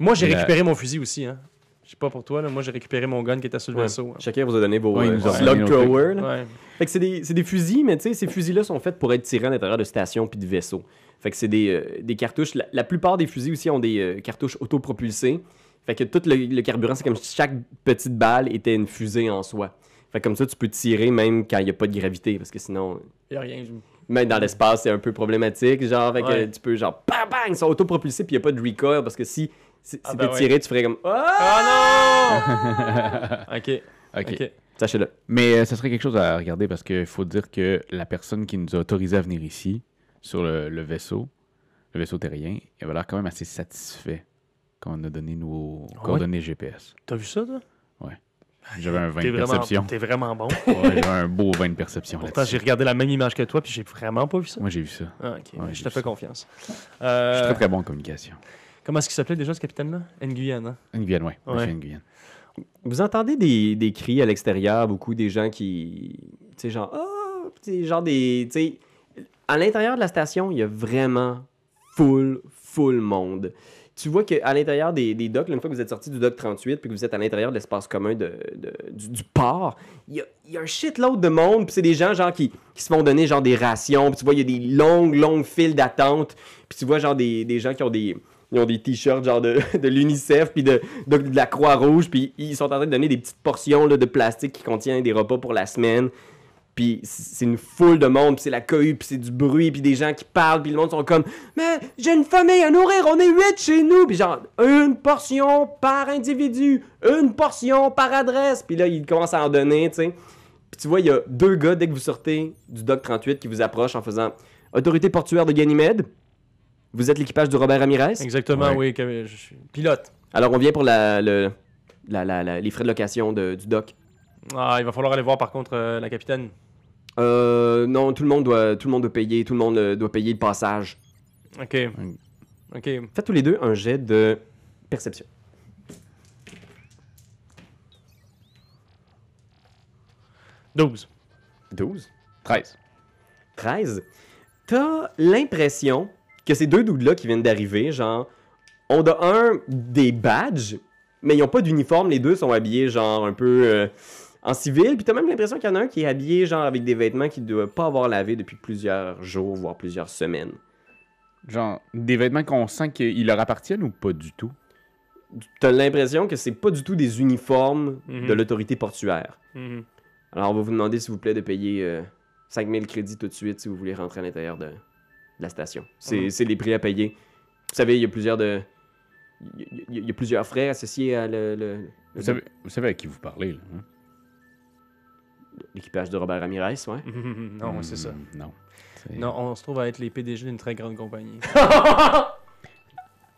Speaker 2: Moi, j'ai
Speaker 3: La-
Speaker 2: récupéré mon fusil aussi. Hein. Je sais pas pour toi, là, moi, j'ai récupéré mon gun qui était sur le vaisseau. hein.
Speaker 1: Shakir vous a donné vos
Speaker 3: Ouais, il
Speaker 1: euh,
Speaker 3: nous a
Speaker 1: slug
Speaker 3: donné nos
Speaker 1: thrower. là.
Speaker 2: Ouais.
Speaker 1: Fait que c'est des, c'est des fusils, mais tu sais, ces fusils-là sont faits pour être tirés à l'intérieur de stations puis de vaisseaux. Fait que c'est des, euh, des cartouches. La, la plupart des fusils aussi ont des euh, cartouches autopropulsées. Fait que tout le, le carburant, c'est comme si chaque petite balle était une fusée en soi. Fait que comme ça, tu peux tirer même quand il n'y a pas de gravité, parce que sinon,
Speaker 2: Il y a rien. je-
Speaker 1: même dans l'espace, c'est un peu problématique. Genre, fait que
Speaker 2: Ouais.
Speaker 1: tu peux genre, bang, bang, ils sont autopropulsés, puis il n'y a pas de recoil, parce que si c'était
Speaker 2: Ah ben ouais.
Speaker 1: tiré, tu ferais comme, ah!
Speaker 2: Ok,
Speaker 3: OK.
Speaker 2: ok.
Speaker 1: Sachez-le.
Speaker 3: Mais euh, ça serait quelque chose à regarder parce qu'il faut dire que la personne qui nous a autorisé à venir ici, sur le, le vaisseau, le vaisseau terrien, il avait l'air quand même assez satisfait quand on a donné nos
Speaker 2: Ah ouais?
Speaker 3: coordonnées GPS.
Speaker 2: T'as vu ça, toi?
Speaker 3: J'avais un 20
Speaker 2: T'es
Speaker 3: de
Speaker 2: vraiment,
Speaker 3: perception.
Speaker 2: t'es vraiment bon.
Speaker 3: Ouais, J'avais un beau 20 de perception.
Speaker 2: Pourtant,
Speaker 3: là-dessus.
Speaker 2: j'ai regardé la même image que toi, puis j'ai vraiment pas vu ça.
Speaker 3: Moi, j'ai vu ça.
Speaker 2: Ah, ok.
Speaker 3: Ouais,
Speaker 2: je
Speaker 3: j'ai
Speaker 2: te
Speaker 3: vu
Speaker 2: fais
Speaker 3: ça.
Speaker 2: confiance.
Speaker 3: Je suis
Speaker 2: Euh,
Speaker 3: très, très bon en communication.
Speaker 2: Comment est-ce qu'il s'appelait déjà ce capitaine-là? Nguyen, hein?
Speaker 3: Nguyen, ouais.
Speaker 2: Ouais.
Speaker 3: Moi, j'ai une Guyane.
Speaker 1: Vous entendez des, des cris à l'extérieur, beaucoup des gens qui. Tu sais, genre. Ah! Tu sais, genre des. Tu sais, à l'intérieur de la station, il y a vraiment full, full monde. Tu vois qu'à l'intérieur des, des docks, là, une fois que vous êtes sorti du dock 38 puis que vous êtes à l'intérieur de l'espace commun de, de- du, du port, il y a, il y a un shitload de monde. Puis c'est des gens genre qui, qui se font donner genre des rations. Puis tu vois, il y a des longues, longues files d'attente. Puis tu vois genre des, des gens qui ont des, ils ont des t-shirts genre de, de l'UNICEF puis de, de, de la Croix-Rouge. Puis ils sont en train de donner des petites portions là, de plastique qui contiennent des repas pour la semaine. Puis c- c'est une foule de monde, puis c'est la cohue, puis c'est du bruit, puis des gens qui parlent, puis le monde sont comme Mais j'ai une famille à nourrir, on est huit chez nous! Puis genre, une portion par individu, une portion par adresse, puis là, ils commencent à en donner, tu sais. Puis tu vois, il y a deux gars, dès que vous sortez du Doc 38, qui vous approchent en faisant Autorité portuaire de Ganymède, vous êtes l'équipage du Robert Ramirez.
Speaker 2: Exactement,
Speaker 3: Ouais.
Speaker 2: oui. que- je suis pilote.
Speaker 1: Alors on vient pour la, le- la- la- la- les frais de location de- du Doc.
Speaker 2: Ah, il va falloir aller voir par contre euh, la capitaine.
Speaker 1: Euh, non, tout le monde doit, tout le monde doit payer, tout le monde euh, doit payer le passage.
Speaker 2: Ok. Ok.
Speaker 1: Faites tous les deux un jet de perception.
Speaker 2: Douze.
Speaker 1: 12.
Speaker 3: 13.
Speaker 1: 13. T'as l'impression que ces deux dudes-là qui viennent d'arriver, genre, on a un des badges, mais ils ont pas d'uniforme. Les deux sont habillés, genre, un peu euh, en civil. Puis t'as même l'impression qu'il y en a un qui est habillé, genre, avec des vêtements qu'il doit pas avoir lavé depuis plusieurs jours, voire plusieurs semaines.
Speaker 3: Genre, des vêtements qu'on sent qu'ils leur appartiennent ou pas du tout?
Speaker 1: T'as l'impression que c'est pas du tout des uniformes
Speaker 2: Mhm.
Speaker 1: de l'autorité portuaire.
Speaker 2: Mhm.
Speaker 1: Alors, on va vous demander, s'il vous plaît, de payer euh, 5000 crédits tout de suite si vous voulez rentrer à l'intérieur de, de la station. C'est
Speaker 2: Mhm.
Speaker 1: c'est les prix à payer. Vous savez, il y a plusieurs de. Il y- il y, il y a plusieurs frais associés à le- le-
Speaker 3: Vous
Speaker 1: le-
Speaker 3: savez, vous savez à qui vous parlez, là. hein?
Speaker 1: l'équipage de Robert Ramirez, ouais.
Speaker 2: Mhm. Non,
Speaker 3: Hmm,
Speaker 2: c'est ça.
Speaker 3: Non. C'est
Speaker 2: Non, on se trouve à être les PDG d'une très grande compagnie.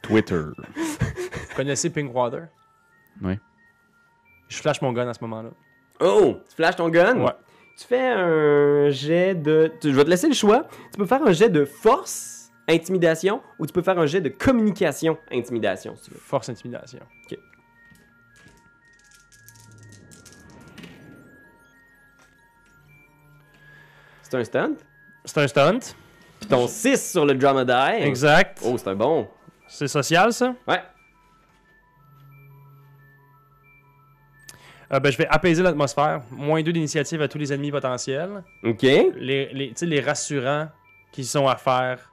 Speaker 3: Twitter.
Speaker 2: Vous connaissez Pinkwater?
Speaker 3: Oui.
Speaker 2: Je flash mon gun à ce moment-là.
Speaker 1: Oh! Tu flashes ton gun?
Speaker 2: Ouais.
Speaker 1: Tu fais un jet de. tu- je vais te laisser le choix. Tu peux faire un jet de force, intimidation, ou tu peux faire un jet de communication, intimidation, si tu veux.
Speaker 2: Force intimidation.
Speaker 1: Ok. C'est un stunt.
Speaker 2: C'est un stunt.
Speaker 1: Puis ton 6 sur le Dromadaire.
Speaker 2: Exact.
Speaker 1: Oh, c'est un bon.
Speaker 2: C'est social, ça?
Speaker 1: Ouais.
Speaker 2: Euh, ben, je vais apaiser l'atmosphère. Moins deux d'initiative à tous les ennemis potentiels.
Speaker 1: OK.
Speaker 2: Les, les, tu sais, les rassurants qui sont à faire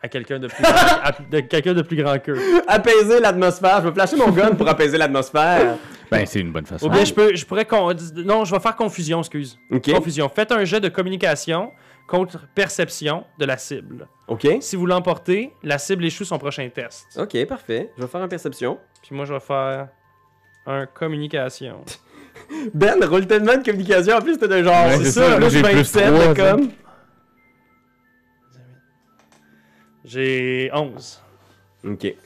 Speaker 2: à quelqu'un de plus grand, à- de quelqu'un de plus grand qu'eux.
Speaker 1: Apaiser l'atmosphère. Je vais flasher mon gun pour apaiser l'atmosphère.
Speaker 3: Ben, c'est une bonne façon.
Speaker 2: Ou bien je peux, je pourrais con- non, je vais faire confusion, excuse.
Speaker 1: OK.
Speaker 2: Confusion. Faites un jet de communication contre perception de la cible.
Speaker 1: OK.
Speaker 2: Si vous l'emportez, la cible échoue son prochain test.
Speaker 1: OK, parfait. Je vais faire un perception.
Speaker 2: Puis moi, je vais faire un communication.
Speaker 1: Ben, roule tellement de communication. En plus, t'es de genre.
Speaker 3: Ouais,
Speaker 1: c'est
Speaker 3: c'est
Speaker 1: ça.
Speaker 3: ça.
Speaker 1: Là,
Speaker 3: Là,
Speaker 1: j'ai
Speaker 3: j'ai plus
Speaker 1: 27
Speaker 3: trois, hein.
Speaker 1: de
Speaker 3: ça.
Speaker 1: com.
Speaker 2: J'ai 11.
Speaker 1: OK. Fait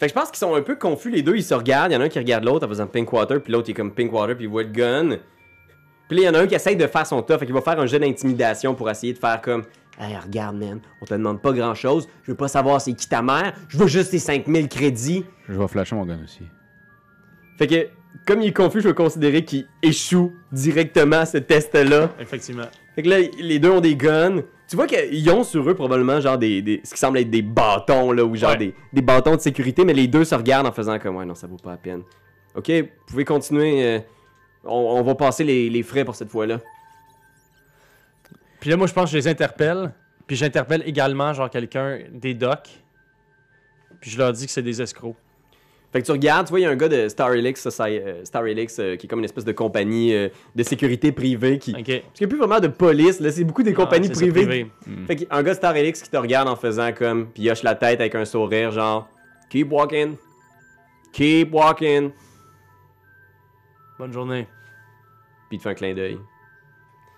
Speaker 1: que je pense qu'ils sont un peu confus, les deux. Ils se regardent. Il y en a un qui regarde l'autre en faisant Pinkwater, puis l'autre, il est comme Pinkwater, puis il voit le gun. Puis là, il y en a un qui essaye de faire son tough, fait qu'il va faire un jeu d'intimidation pour essayer de faire comme Hey, regarde, man, on te demande pas grand chose, je veux pas savoir c'est qui ta mère, je veux juste tes 5000 crédits.
Speaker 3: Je vais flasher mon gun aussi.
Speaker 1: Fait que, comme il est confus, je vais considérer qu'il échoue directement à ce test-là.
Speaker 2: Effectivement.
Speaker 1: Fait que là, les deux ont des guns. Tu vois qu'ils ont sur eux probablement genre des, des- ce qui semble être des bâtons là ou genre
Speaker 2: Ouais.
Speaker 1: des, des bâtons de sécurité, mais les deux se regardent en faisant comme ouais non ça vaut pas la peine. Ok, vous pouvez continuer. euh, on, on va passer les, les frais pour cette fois-là.
Speaker 2: Puis là, moi, je pense que je les interpelle. Puis j'interpelle également, genre, quelqu'un des docs. Puis je leur dis que c'est des escrocs.
Speaker 1: Fait que tu regardes, tu vois, il y a un gars de Star Helix, Soci- euh, Star Helix, euh, qui est comme une espèce de compagnie euh, de sécurité privée qui.
Speaker 2: OK.
Speaker 1: Parce qu'il n'y a plus vraiment de police, là, c'est beaucoup des compagnies
Speaker 2: Ah, c'est ça,
Speaker 1: privées.
Speaker 2: privé.
Speaker 1: Fait qu'un gars de Star Helix qui te regarde en faisant comme, puis il hoche la tête avec un sourire, genre, keep walking, keep walking,
Speaker 2: Bonne journée.
Speaker 1: puis il te fait un clin d'œil.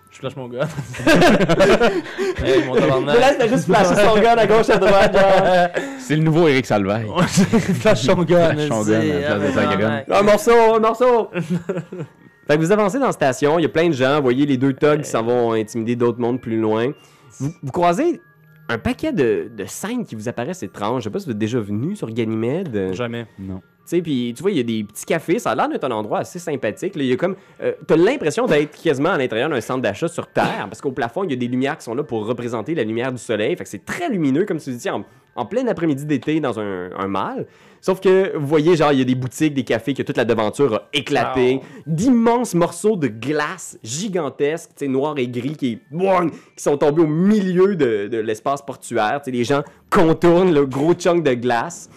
Speaker 2: Je flash mon gars. hey, mon tabarnak.
Speaker 1: t'as juste flashé son gun à gauche à droite, genre.
Speaker 3: C'est le nouveau Eric Salvaille.
Speaker 2: Flash son gun.
Speaker 3: Flash son gun,
Speaker 2: c'est-
Speaker 3: la place de
Speaker 2: ah,
Speaker 3: sa
Speaker 2: ben,
Speaker 3: graine.
Speaker 2: ouais.
Speaker 1: Un morceau, un morceau! fait que vous avancez dans la station, il y a plein de gens, vous voyez les deux thugs qui s'en vont intimider d'autres mondes plus loin. Vous, vous croisez un paquet de, de scènes qui vous apparaissent étranges. Je sais pas si vous êtes déjà venu sur Ganymède.
Speaker 2: Jamais.
Speaker 3: Non.
Speaker 1: Tu sais, puis tu vois, il y a des petits cafés, ça a l'air d'être un endroit assez sympathique. là. Il y a comme. euh, T'as l'impression d'être quasiment à l'intérieur d'un centre d'achat sur Terre, parce qu'au plafond, il y a des lumières qui sont là pour représenter la lumière du soleil. Fait que c'est très lumineux, comme si vous étiez en, en plein après-midi d'été dans un, un mall. Sauf que vous voyez, genre, il y a des boutiques, des cafés, que toute la devanture a éclaté.
Speaker 2: Wow.
Speaker 1: D'immenses morceaux de glace gigantesques, tu sais, noirs et gris, qui, boing, qui sont tombés au milieu de, de l'espace portuaire. Tu sais, les gens contournent le gros chunk de glace.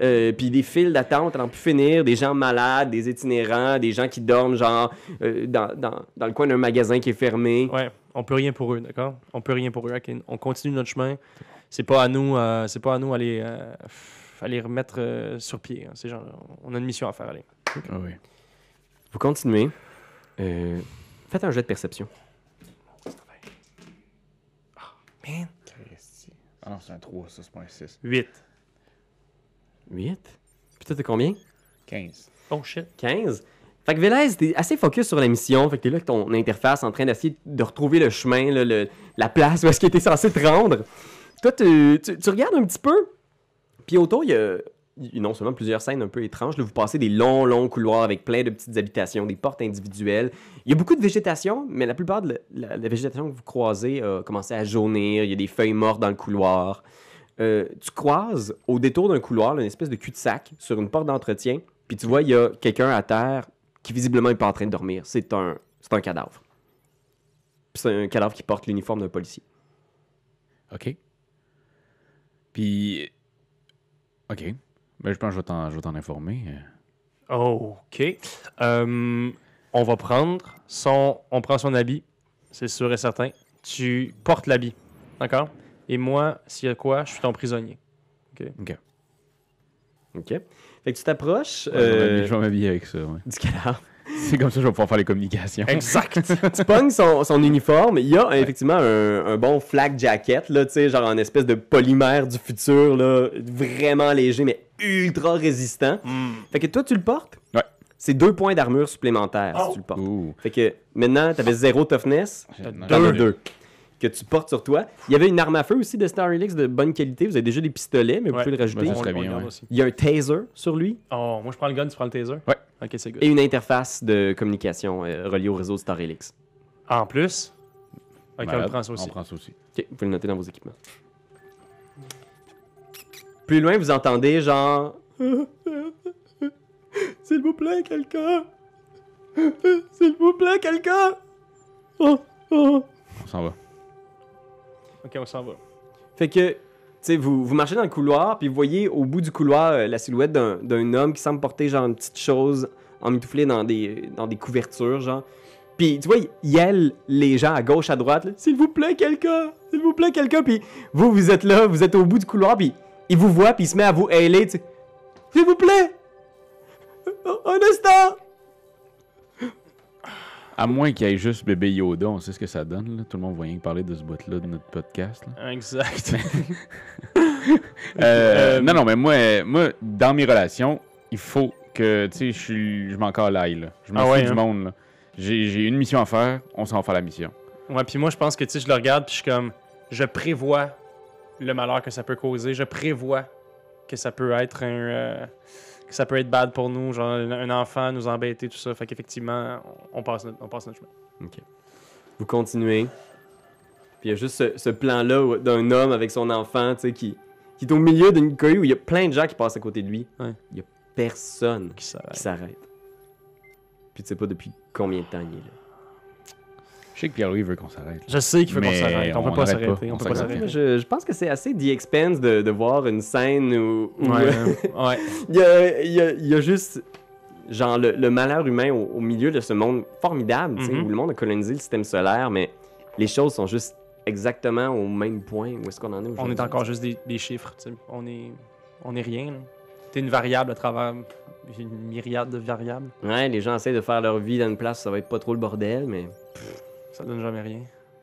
Speaker 1: Euh, puis des files d'attente à n'en plus finir, des gens malades, des itinérants, des gens qui dorment genre euh, dans, dans- dans le coin d'un magasin qui est fermé.
Speaker 2: Ouais, on peut rien pour eux, d'accord? On peut rien pour eux. ok? On continue notre chemin. C'est pas à nous, euh, c'est pas à nous à les, euh, à les remettre euh, sur pied. hein, ces gens-là, on a une mission à faire. Allez.
Speaker 3: Ah oui.
Speaker 1: Vous continuez. Euh, faites un jet de perception.
Speaker 2: Man.
Speaker 3: Ah non, c'est un 3, ça, c'est pas un 6.
Speaker 2: 8.
Speaker 1: 8. Puis toi, t'as combien?
Speaker 3: 15.
Speaker 2: Oh shit.
Speaker 1: 15. Fait que Vélez, t'es assez focus sur la mission. Fait que t'es là avec ton interface en train d'essayer de retrouver le chemin, là, le- la place où est-ce qu'il était censé te rendre. Toi, tu, tu- tu regardes un petit peu. Puis autour, il y a il y a non seulement plusieurs scènes un peu étranges. Là, vous passez des longs, longs couloirs avec plein de petites habitations, des portes individuelles. Il y a beaucoup de végétation, mais la plupart de la, la- la végétation que vous croisez a commencé à jaunir. Il y a des feuilles mortes dans le couloir. Euh, tu croises au détour d'un couloir là, une espèce de cul-de-sac sur une porte d'entretien. Puis tu vois, il y a quelqu'un à terre qui visiblement n'est pas en train de dormir. C'est un, c'est un cadavre. Puis c'est un cadavre qui porte l'uniforme d'un policier.
Speaker 3: OK. Puis. OK. Ben, je pense que je vais t'en- je vais t'en informer. euh.
Speaker 2: Ok. Euh, on va prendre son, on prend son habit, c'est sûr et certain. Tu portes l'habit, d'accord? Et moi, s'il y a quoi, je suis ton prisonnier.
Speaker 1: OK? Fait que tu t'approches
Speaker 3: Ouais, je vais
Speaker 1: euh,
Speaker 3: m'habiller- Je vais m'habiller avec ça, ouais.
Speaker 1: du cadavre.
Speaker 3: C'est comme ça que je vais pouvoir faire les communications.
Speaker 2: Exact.
Speaker 1: tu pognes son, son uniforme. Il y a euh, effectivement un, un bon flak jacket, là, tu sais, genre en espèce de polymère du futur, là, vraiment léger, mais ultra résistant.
Speaker 2: Hmm.
Speaker 1: Fait que toi, tu le portes.
Speaker 3: Ouais.
Speaker 1: C'est deux points d'armure supplémentaires si tu le portes.
Speaker 3: Ouh.
Speaker 1: Fait que maintenant, t'avais zéro toughness.
Speaker 3: Non,
Speaker 1: T'en as
Speaker 3: j'en ai-
Speaker 1: deux. Que tu portes sur toi. Il y avait une arme à feu aussi de Star Helix de bonne qualité. Vous avez déjà des pistolets, mais vous
Speaker 2: Ouais.
Speaker 1: pouvez le rajouter.
Speaker 3: Ouais, ça serait
Speaker 2: On- on
Speaker 3: bien,
Speaker 2: garde
Speaker 3: ouais.
Speaker 2: aussi.
Speaker 1: Il y a un taser sur lui
Speaker 2: Oh, moi je prends le gun, tu prends le taser.
Speaker 3: Ouais.
Speaker 2: Ok, c'est good.
Speaker 1: et une interface de communication euh, reliée au réseau de Star Helix.
Speaker 2: En plus. Ok, on
Speaker 3: Malade.
Speaker 2: le prend ça aussi.
Speaker 3: On prend ça aussi.
Speaker 1: Ok, vous pouvez le noter dans vos équipements. Plus loin, vous entendez genre. S'il vous plaît, quelqu'un! S'il vous plaît, quelqu'un! Oh, oh.
Speaker 3: On s'en va.
Speaker 2: Ok, on s'en va.
Speaker 1: Fait que, tu sais, vous, vous marchez dans le couloir, puis vous voyez au bout du couloir euh, la silhouette d'un- d'un homme qui semble porter genre une petite chose emmitouflée dans des, dans des couvertures, genre. Puis, tu vois, il yelle les gens à gauche, à droite, là, s'il vous plaît, quelqu'un, s'il vous plaît, quelqu'un. Puis vous, vous êtes là, vous êtes au bout du couloir, puis il vous voit, puis il se met à vous hailer, tu sais. S'il vous plaît! Un instant!
Speaker 3: À moins qu'il y ait juste bébé Yoda, on sait ce que ça donne. Là. Tout le monde va rien que parler de ce bout-là de notre podcast. là.
Speaker 2: Exact.
Speaker 3: Euh,
Speaker 2: Euh,
Speaker 3: non, non, mais moi, euh, moi, dans mes relations, il faut que, tu sais, je suis- je m'en calaille, là. Je m'en
Speaker 2: Ah
Speaker 3: fous
Speaker 2: ouais,
Speaker 3: du
Speaker 2: hein?
Speaker 3: monde, là. J'ai j'ai une mission à faire, on s'en va faire la mission.
Speaker 2: Ouais, puis moi, je pense que, tu sais, je le regarde, puis je suis comme, je prévois le malheur que ça peut causer, je prévois que ça peut être un... euh, que ça peut être bad pour nous, genre un enfant, nous embêter, tout ça. Fait qu'effectivement, on on passe, notre, on passe notre chemin.
Speaker 1: Vous continuez. Puis il y a juste ce, ce plan-là où- d'un homme avec son enfant, tu sais, qui, qui est au milieu d'une cohue où il y a plein de gens qui passent à côté de lui.
Speaker 2: Ouais.
Speaker 1: Il y a personne
Speaker 2: Qui s'arrête.
Speaker 1: qui s'arrête. Puis tu sais pas depuis combien de temps il est là.
Speaker 3: Je sais que Pierre-Louis veut qu'on s'arrête.
Speaker 2: Je sais qu'il veut qu'on
Speaker 3: Mais
Speaker 2: s'arrête. On
Speaker 3: on
Speaker 2: peut pas
Speaker 3: arrête pas.
Speaker 2: s'arrêter. On
Speaker 3: On
Speaker 2: peut pas
Speaker 3: s'arrête.
Speaker 2: s'arrêter.
Speaker 1: Je, je pense que c'est assez The Expense de, de voir une scène où, où,
Speaker 2: Ouais,
Speaker 1: euh,
Speaker 2: ouais.
Speaker 1: il, y a, il y a- il y a juste genre le, le malheur humain au, au milieu de ce monde formidable, tu sais,
Speaker 2: Mhm.
Speaker 1: où le monde a colonisé le système solaire, mais les choses sont juste exactement au même point où est-ce qu'on en est aujourd'hui.
Speaker 2: On est encore juste des, des chiffres. tu sais. On est, on est rien. là. T'es une variable à travers une myriade de variables.
Speaker 1: Ouais, les gens essaient de faire leur vie dans une place où ça va être pas trop le bordel, mais...
Speaker 2: Ça donne jamais rien.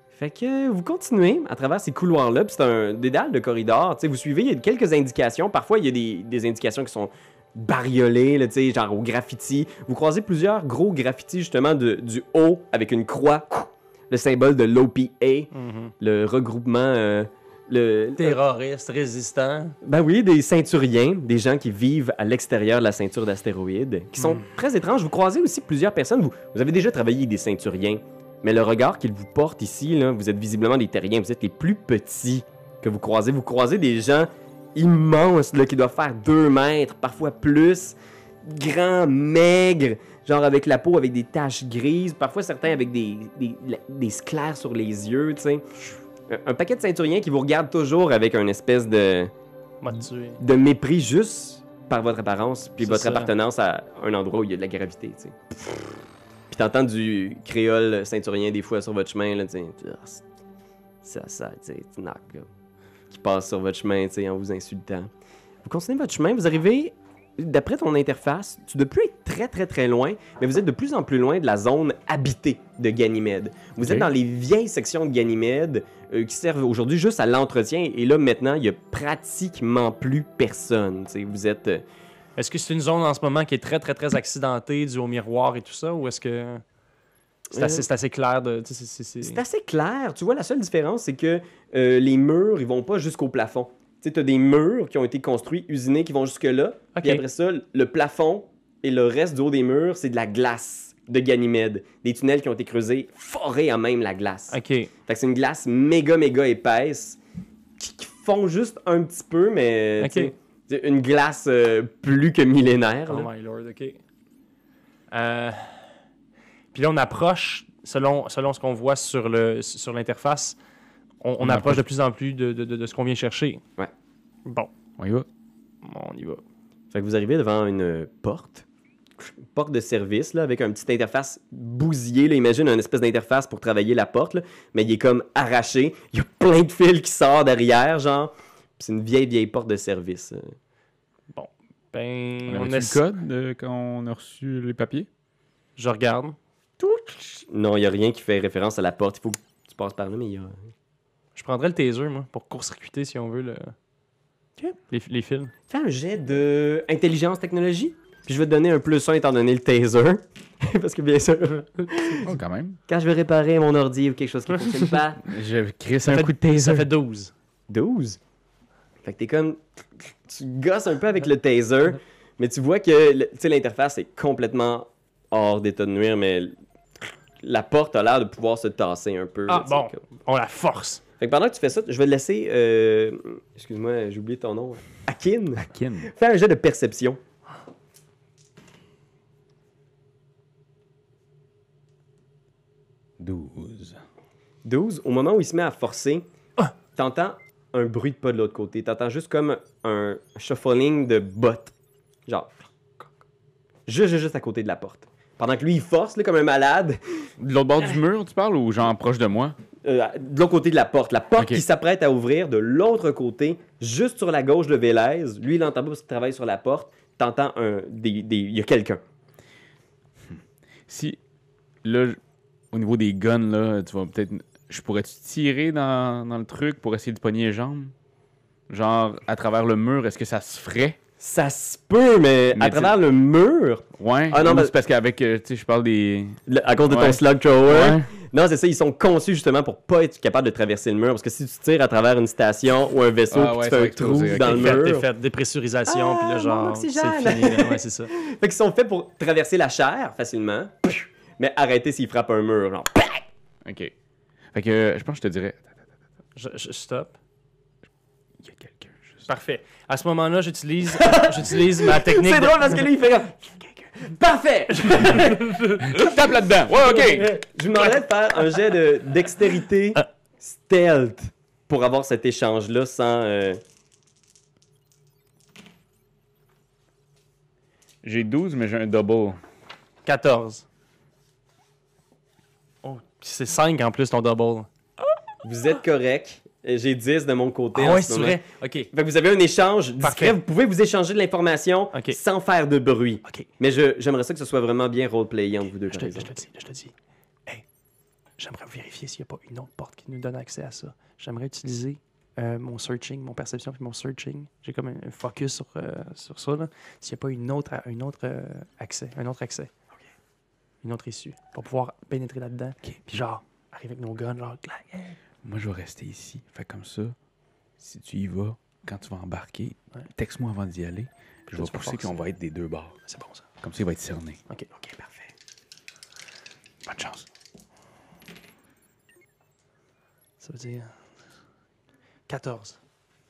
Speaker 1: Fait que vous continuez à travers ces couloirs-là, puis c'est un dédale de corridors. Tu sais, vous suivez, il y a quelques indications. Parfois, il y a des, des indications qui sont bariolées, là, tu sais, genre au graffiti. Vous croisez plusieurs gros graffitis, justement, de- du haut avec une croix, le symbole de l'OPA,
Speaker 2: Mm-hmm.
Speaker 1: le regroupement. euh, le,
Speaker 2: Terroriste, résistant.
Speaker 1: ben oui, des ceinturiens, des gens qui vivent à l'extérieur de la ceinture d'astéroïdes, qui sont
Speaker 2: Mm.
Speaker 1: très étranges. Vous croisez aussi plusieurs personnes. Vous, vous avez déjà travaillé avec des ceinturiens, mais le regard qu'ils vous portent ici, là, vous êtes visiblement des terriens. Vous êtes les plus petits que vous croisez. Vous croisez des gens immenses là, qui doivent faire 2 mètres, parfois plus, grands, maigres, genre avec la peau avec des taches grises, parfois certains avec des, des, la- des sclères sur les yeux, tu sais. Un- Un paquet de ceinturiens qui vous regardent toujours avec une espèce de
Speaker 2: M'a tué.
Speaker 1: de mépris juste par votre apparence puis
Speaker 2: C'est
Speaker 1: votre
Speaker 2: ça.
Speaker 1: appartenance à un endroit où il y a de la gravité, tu sais. Puis t'entends du créole ceinturien des fois sur votre chemin, là, tu sais. Ah, c'est- Ça, ça, tu sais, tu knock, là. Qui passe sur votre chemin, tu sais, en vous insultant. Vous continuez votre chemin, vous arrivez, d'après ton interface, tu ne plus être très, très, très loin, mais vous êtes de plus en plus loin de la zone habitée de Ganymède. Vous
Speaker 3: Ok.
Speaker 1: êtes dans les vieilles sections de Ganymède euh, qui servent aujourd'hui juste à l'entretien, et là, maintenant, il y a pratiquement plus personne, tu sais. Vous êtes... euh,
Speaker 2: Est-ce que c'est une zone en ce moment qui est très, très, très accidentée, due au miroir et tout ça, ou est-ce que c'est
Speaker 1: Euh.
Speaker 2: assez, c'est assez clair de. tu sais, c'est- c'est-
Speaker 1: C'est assez clair. Tu vois, la seule différence, c'est que euh, les murs, ils vont pas jusqu'au plafond. Tu sais, t'as des murs qui ont été construits, usinés, qui vont jusque-là.
Speaker 2: Ok.
Speaker 1: Puis après ça, le plafond et le reste du haut des murs, c'est de la glace de Ganymède. Des tunnels qui ont été creusés, forés à même la glace.
Speaker 2: Ok.
Speaker 1: Fait que c'est une glace méga, méga épaisse qui, qui fond juste un petit peu, mais
Speaker 2: Ok.
Speaker 1: tu sais, c'est une glace euh, plus que millénaire.
Speaker 2: Oh
Speaker 1: là.
Speaker 2: my lord, ok. Euh, Puis là, on approche, selon, selon ce qu'on voit sur le sur l'interface, on, on
Speaker 3: On
Speaker 2: approche,
Speaker 3: approche.
Speaker 2: de plus en plus de, de, de- de ce qu'on vient chercher.
Speaker 1: Ouais.
Speaker 2: Bon,
Speaker 3: On y va.
Speaker 2: on y va.
Speaker 1: Fait que vous arrivez devant une euh, porte, Une porte de service, là, avec un petit interface bousillé. Là. Imagine une espèce d'interface pour travailler la porte, là, mais il est comme arraché. Il y a plein de fils qui sortent derrière, genre. Puis C'est une vieille, vieille porte de service. euh.
Speaker 2: Ben,
Speaker 3: On
Speaker 2: on
Speaker 3: a
Speaker 2: essa-
Speaker 3: le code euh, quand on a reçu les papiers?
Speaker 2: Je regarde.
Speaker 1: Non, il n'y a rien qui fait référence à la porte. Il faut que tu passes par là, mais il y a.
Speaker 2: Je prendrais le taser, moi, pour court-circuiter, si on veut, le...
Speaker 1: Ok.
Speaker 2: les, les fils.
Speaker 1: Fais un jet de intelligence technologie. Puis je vais te donner un plus 1 étant donné le taser. Parce que bien sûr,
Speaker 3: Oh, quand même.
Speaker 1: quand je vais réparer mon ordi ou quelque chose qui ne fonctionne pas,
Speaker 3: Je crisse
Speaker 2: Ça
Speaker 3: un
Speaker 2: fait-
Speaker 3: coup de taser.
Speaker 2: Ça fait 12.
Speaker 1: 12. Fait que t'es comme. Tu gosses un peu avec le taser, mais tu vois que le- tu sais, l'interface est complètement hors d'état de nuire, mais la porte a l'air de pouvoir se tasser un peu.
Speaker 2: Ah,
Speaker 1: là, tu sais,
Speaker 2: bon,
Speaker 1: comme-
Speaker 2: on la force.
Speaker 1: Fait que pendant que tu fais ça, je vais te laisser. euh, Excuse-moi, j'ai oublié ton nom. Akin,
Speaker 3: Kin.
Speaker 1: fais un jet de perception.
Speaker 3: Douze.
Speaker 1: 12, au moment où il se met à forcer,
Speaker 3: Ah!
Speaker 1: t'entends un bruit de pas de l'autre côté. T'entends juste comme un shuffling de bottes. Genre. Juste, juste, juste à côté de la porte. Pendant que lui, il force là, comme un malade
Speaker 3: De l'autre bord du mur, tu parles ou genre proche de moi?
Speaker 1: euh, de l'autre côté de la porte. La porte
Speaker 3: Ok.
Speaker 1: qui s'apprête à ouvrir de l'autre côté, juste sur la gauche de Vélez. Lui, il l'entend pas parce qu'il travaille sur la porte. T'entends un. des- des- Il y a quelqu'un.
Speaker 3: Si, là, j- au niveau des guns, là, tu vas peut-être. Je pourrais-tu tirer dans, dans le truc pour essayer de pogner les jambes? Genre, à travers le mur, est-ce que ça se ferait?
Speaker 1: Ça se peut, mais,
Speaker 3: Mais
Speaker 1: à
Speaker 3: tu-
Speaker 1: travers le mur,
Speaker 3: Ouais.
Speaker 1: Ah non,
Speaker 3: ou
Speaker 1: mais-
Speaker 3: c'est parce qu'avec, euh, tu sais, je parle des.
Speaker 1: le- à cause de ton
Speaker 3: Ouais.
Speaker 1: slug thrower,
Speaker 3: Ouais.
Speaker 1: non, c'est ça, ils sont conçus justement pour pas être capables de traverser le mur. Parce que si tu tires à travers une station ou un vaisseau,
Speaker 3: Ah
Speaker 1: puis tu
Speaker 3: ouais,
Speaker 1: fais
Speaker 3: ça
Speaker 1: un
Speaker 3: va
Speaker 1: trou
Speaker 3: exploser,
Speaker 1: dans
Speaker 2: T'es
Speaker 1: le
Speaker 2: fait, t'es
Speaker 1: mur.
Speaker 2: fait, dépressurisation,
Speaker 1: Ah,
Speaker 2: puis là,
Speaker 1: mon
Speaker 2: genre, c'est
Speaker 1: oxygène.
Speaker 2: fini. là. Ouais, c'est ça.
Speaker 1: Fait qu'ils sont faits pour traverser la chair facilement, mais arrêter s'ils frappent un mur. Genre,
Speaker 3: Ok. Fait que euh, je pense que je te dirais.
Speaker 2: Je, je- stop.
Speaker 3: Il y a quelqu'un juste.
Speaker 2: Parfait. À ce moment-là, j'utilise j'utilise ma technique.
Speaker 1: C'est
Speaker 2: de-
Speaker 1: drôle parce que lui, il fait comme. Parfait!
Speaker 3: Tape là-dedans! Ouais, ok!
Speaker 1: Je vous demanderais de faire un jet de dextérité
Speaker 2: Euh.
Speaker 1: stealth pour avoir cet échange-là sans. euh,
Speaker 3: J'ai 12, mais j'ai un double.
Speaker 2: 14. Oh, c'est 5 en plus ton double. Ah
Speaker 1: Vous êtes correct. Euh, J'ai 10 de mon côté. en
Speaker 2: Ah ouais,
Speaker 1: ce
Speaker 2: c'est
Speaker 1: moment.
Speaker 2: vrai. Ok.
Speaker 1: Fait que vous avez un échange discret.
Speaker 2: Parfait.
Speaker 1: Vous pouvez vous échanger de l'information
Speaker 2: Ok.
Speaker 1: sans faire de bruit.
Speaker 2: Ok.
Speaker 1: Mais je- j'aimerais ça que ce soit vraiment bien roleplayé entre vous deux.
Speaker 2: Je
Speaker 1: par
Speaker 2: te, je
Speaker 1: exemple.
Speaker 2: te dis, je te dis. Hey, j'aimerais vérifier s'il n'y a pas une autre porte qui nous donne accès à ça. J'aimerais utiliser euh, mon searching, mon perception puis mon searching. J'ai comme un, un focus sur, euh, sur ça. là. S'il n'y a pas une autre, une autre euh, accès, un autre accès, une autre issue, pour pouvoir pénétrer là-dedans. Puis genre, arriver avec nos guns, genre, clac, hey.
Speaker 3: Moi, je vais rester ici. Fait comme ça, si tu y vas, quand tu vas embarquer,
Speaker 2: Ouais.
Speaker 3: texte-moi avant d'y aller. Je
Speaker 2: Là, tu
Speaker 3: vais
Speaker 2: vas
Speaker 3: pousser
Speaker 2: forcer.
Speaker 3: qu'on va être des deux bords.
Speaker 2: c'est bon ça.
Speaker 3: Comme ça, il va être cerné.
Speaker 2: Ok, ok, parfait. Bonne chance. Ça veut dire 14.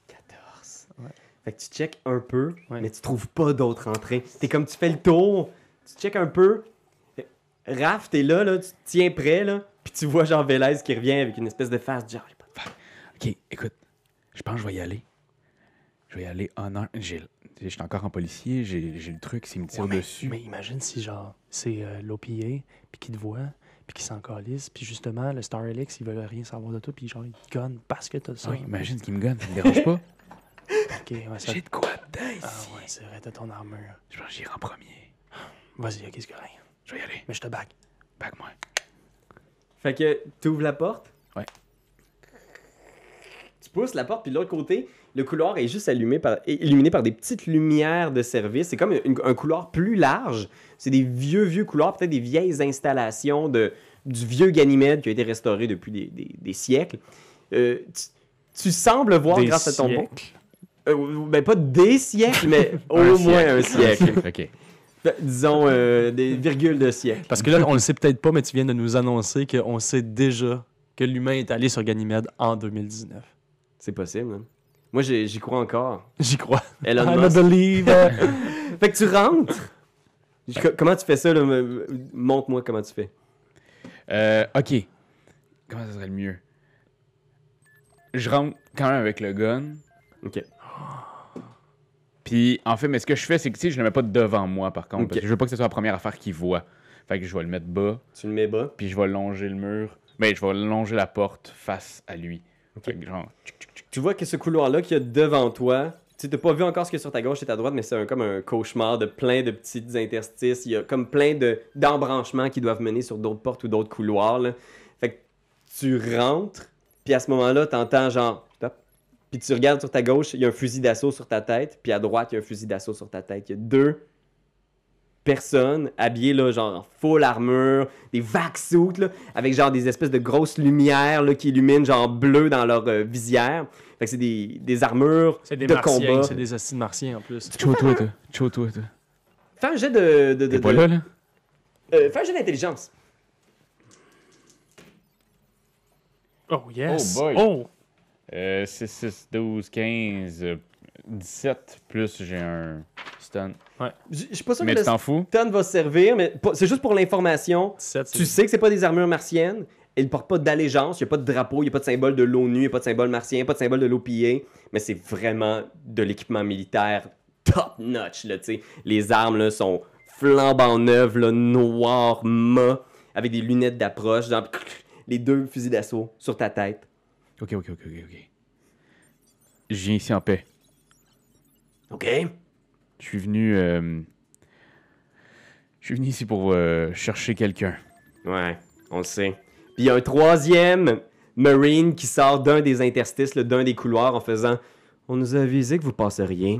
Speaker 1: 14.
Speaker 2: Ouais.
Speaker 1: Fait que tu check un peu,
Speaker 2: Ouais.
Speaker 1: mais tu trouves pas d'autre entrée. T'es comme tu fais le tour, tu check un peu. Euh, Raph, t'es là, là, tu te tiens prêt, là. Puis tu vois Jean Vélez qui revient avec une espèce de face, genre, j'ai pas de-
Speaker 3: Ok, écoute, je pense que je vais y aller. Je vais y aller honneur. J'ai, je suis encore en policier, j'ai, j'ai le truc, s'il me tire
Speaker 2: Ouais, mais,
Speaker 3: dessus.
Speaker 2: mais imagine si, genre, c'est euh, l'OPA, puis qu'il te voit, puis qu'il s'en calisse, puis justement, le Star Alex, ils veulent rien savoir de toi, puis genre, ils te gunnent parce que t'as ça.
Speaker 3: Ouais, Ah imagine qu'il me gonne, ça me dérange pas.
Speaker 2: Ok, ouais, ça-
Speaker 3: j'ai de quoi dedans ici.
Speaker 2: Ah ouais, c'est vrai, t'as ton armure.
Speaker 3: Je pense que j'irai en premier.
Speaker 2: Vas-y, ok, c'est correct.
Speaker 3: Je vais y aller.
Speaker 2: Mais je te back.
Speaker 3: Back-moi.
Speaker 1: Fait que t'ouvres la porte.
Speaker 3: Ouais.
Speaker 1: Tu pousses la porte, puis de l'autre côté, le couloir est juste allumé par, est illuminé par des petites lumières de service. C'est comme une- un couloir plus large. C'est des vieux, vieux couloirs, peut-être des vieilles installations de, du vieux Ganymède qui a été restauré depuis des, des- des siècles. Euh, tu, tu sembles voir,
Speaker 2: Des
Speaker 1: grâce à ton bon...
Speaker 2: siècles.
Speaker 1: Euh, ben, pas des siècles, mais au
Speaker 3: Un
Speaker 1: moins un siècle.
Speaker 3: ok.
Speaker 1: Ben, Disons euh, des virgules de siècle.
Speaker 2: Parce que là, on le sait peut-être pas, mais tu viens de nous annoncer qu'on sait déjà que l'humain est allé sur Ganymède en 2019.
Speaker 1: C'est possible. hein. Moi, j'ai- j'y crois encore.
Speaker 2: J'y crois.
Speaker 1: Elon
Speaker 2: I'm a
Speaker 1: Musk.
Speaker 2: believer.
Speaker 1: Fait que tu rentres. Je- co- comment tu fais ça, là? me- me- Montre-moi comment tu fais.
Speaker 3: Euh, ok. Comment ça serait le mieux? Je rentre quand même avec le gun.
Speaker 1: OK.
Speaker 3: Puis, en fait, mais ce que je fais, c'est que, tu sais, je le mets pas devant moi, par contre.
Speaker 1: Ok.
Speaker 3: Parce que je veux pas que ce soit la première affaire qu'il voit. Fait que je vais le mettre bas,
Speaker 1: Tu le mets bas.
Speaker 3: puis je vais longer le mur. Mais je vais longer la porte face à lui. Fait que, genre,
Speaker 1: Tu vois que ce couloir-là qu'il y a devant toi, tu sais, t'as pas vu encore ce qu'il y a sur ta gauche et ta droite, mais c'est un- comme un cauchemar de plein de petites interstices. Il y a comme plein de- d'embranchements qui doivent mener sur d'autres portes ou d'autres couloirs. là. Fait que tu rentres, puis à ce moment-là, t'entends genre... Stop. Puis tu regardes sur ta gauche, il y a un fusil d'assaut sur ta tête, puis à droite, il y a un fusil d'assaut sur ta tête. Il y a deux personnes habillées là, genre en full armure, des vagues suits, là, avec genre des espèces de grosses lumières là, qui illuminent genre bleu dans leur euh, visière. Fait que c'est des, des armures
Speaker 2: C'est des
Speaker 1: de
Speaker 2: martiens,
Speaker 1: combat.
Speaker 2: c'est des acides martiens en plus.
Speaker 3: Chaud-toi, toi. Chaud-toi, toi.
Speaker 1: Fais un jet de. de, de-
Speaker 3: T'es pas
Speaker 1: de-
Speaker 3: là, là?
Speaker 1: Euh, fais un jet d'intelligence.
Speaker 2: Oh yes.
Speaker 3: Oh boy.
Speaker 2: Oh.
Speaker 3: Euh, 6, 6, 12, 15, euh, 17, plus j'ai un stun.
Speaker 1: J- Je suis pas sûr
Speaker 3: Mais
Speaker 1: que
Speaker 3: tu
Speaker 1: le
Speaker 3: t'en fous?
Speaker 1: stun va servir, mais pas- c'est juste pour l'information.
Speaker 2: 17, c'est-
Speaker 1: Tu sais que c'est pas des armures martiennes. Ils portent pas d'allégeance, il n'y a pas de drapeau, il n'y a pas de symbole de l'ONU, il n'y a pas de symbole martien, y a pas de symbole de l'OPA, mais c'est vraiment de l'équipement militaire top notch. Là, tu sais. Les armes là, sont flambant neuves, là, noires, mâts, avec des lunettes d'approche, genre, les deux fusils d'assaut sur ta tête.
Speaker 3: Ok, ok, ok, ok, ok. Je viens ici en paix.
Speaker 1: OK?
Speaker 3: Je suis venu. euh, Je suis venu ici pour euh, chercher quelqu'un.
Speaker 1: Ouais, on le sait. Puis il y a un troisième Marine qui sort d'un des interstices, là, d'un des couloirs en faisant On nous a avisé que vous passeriez.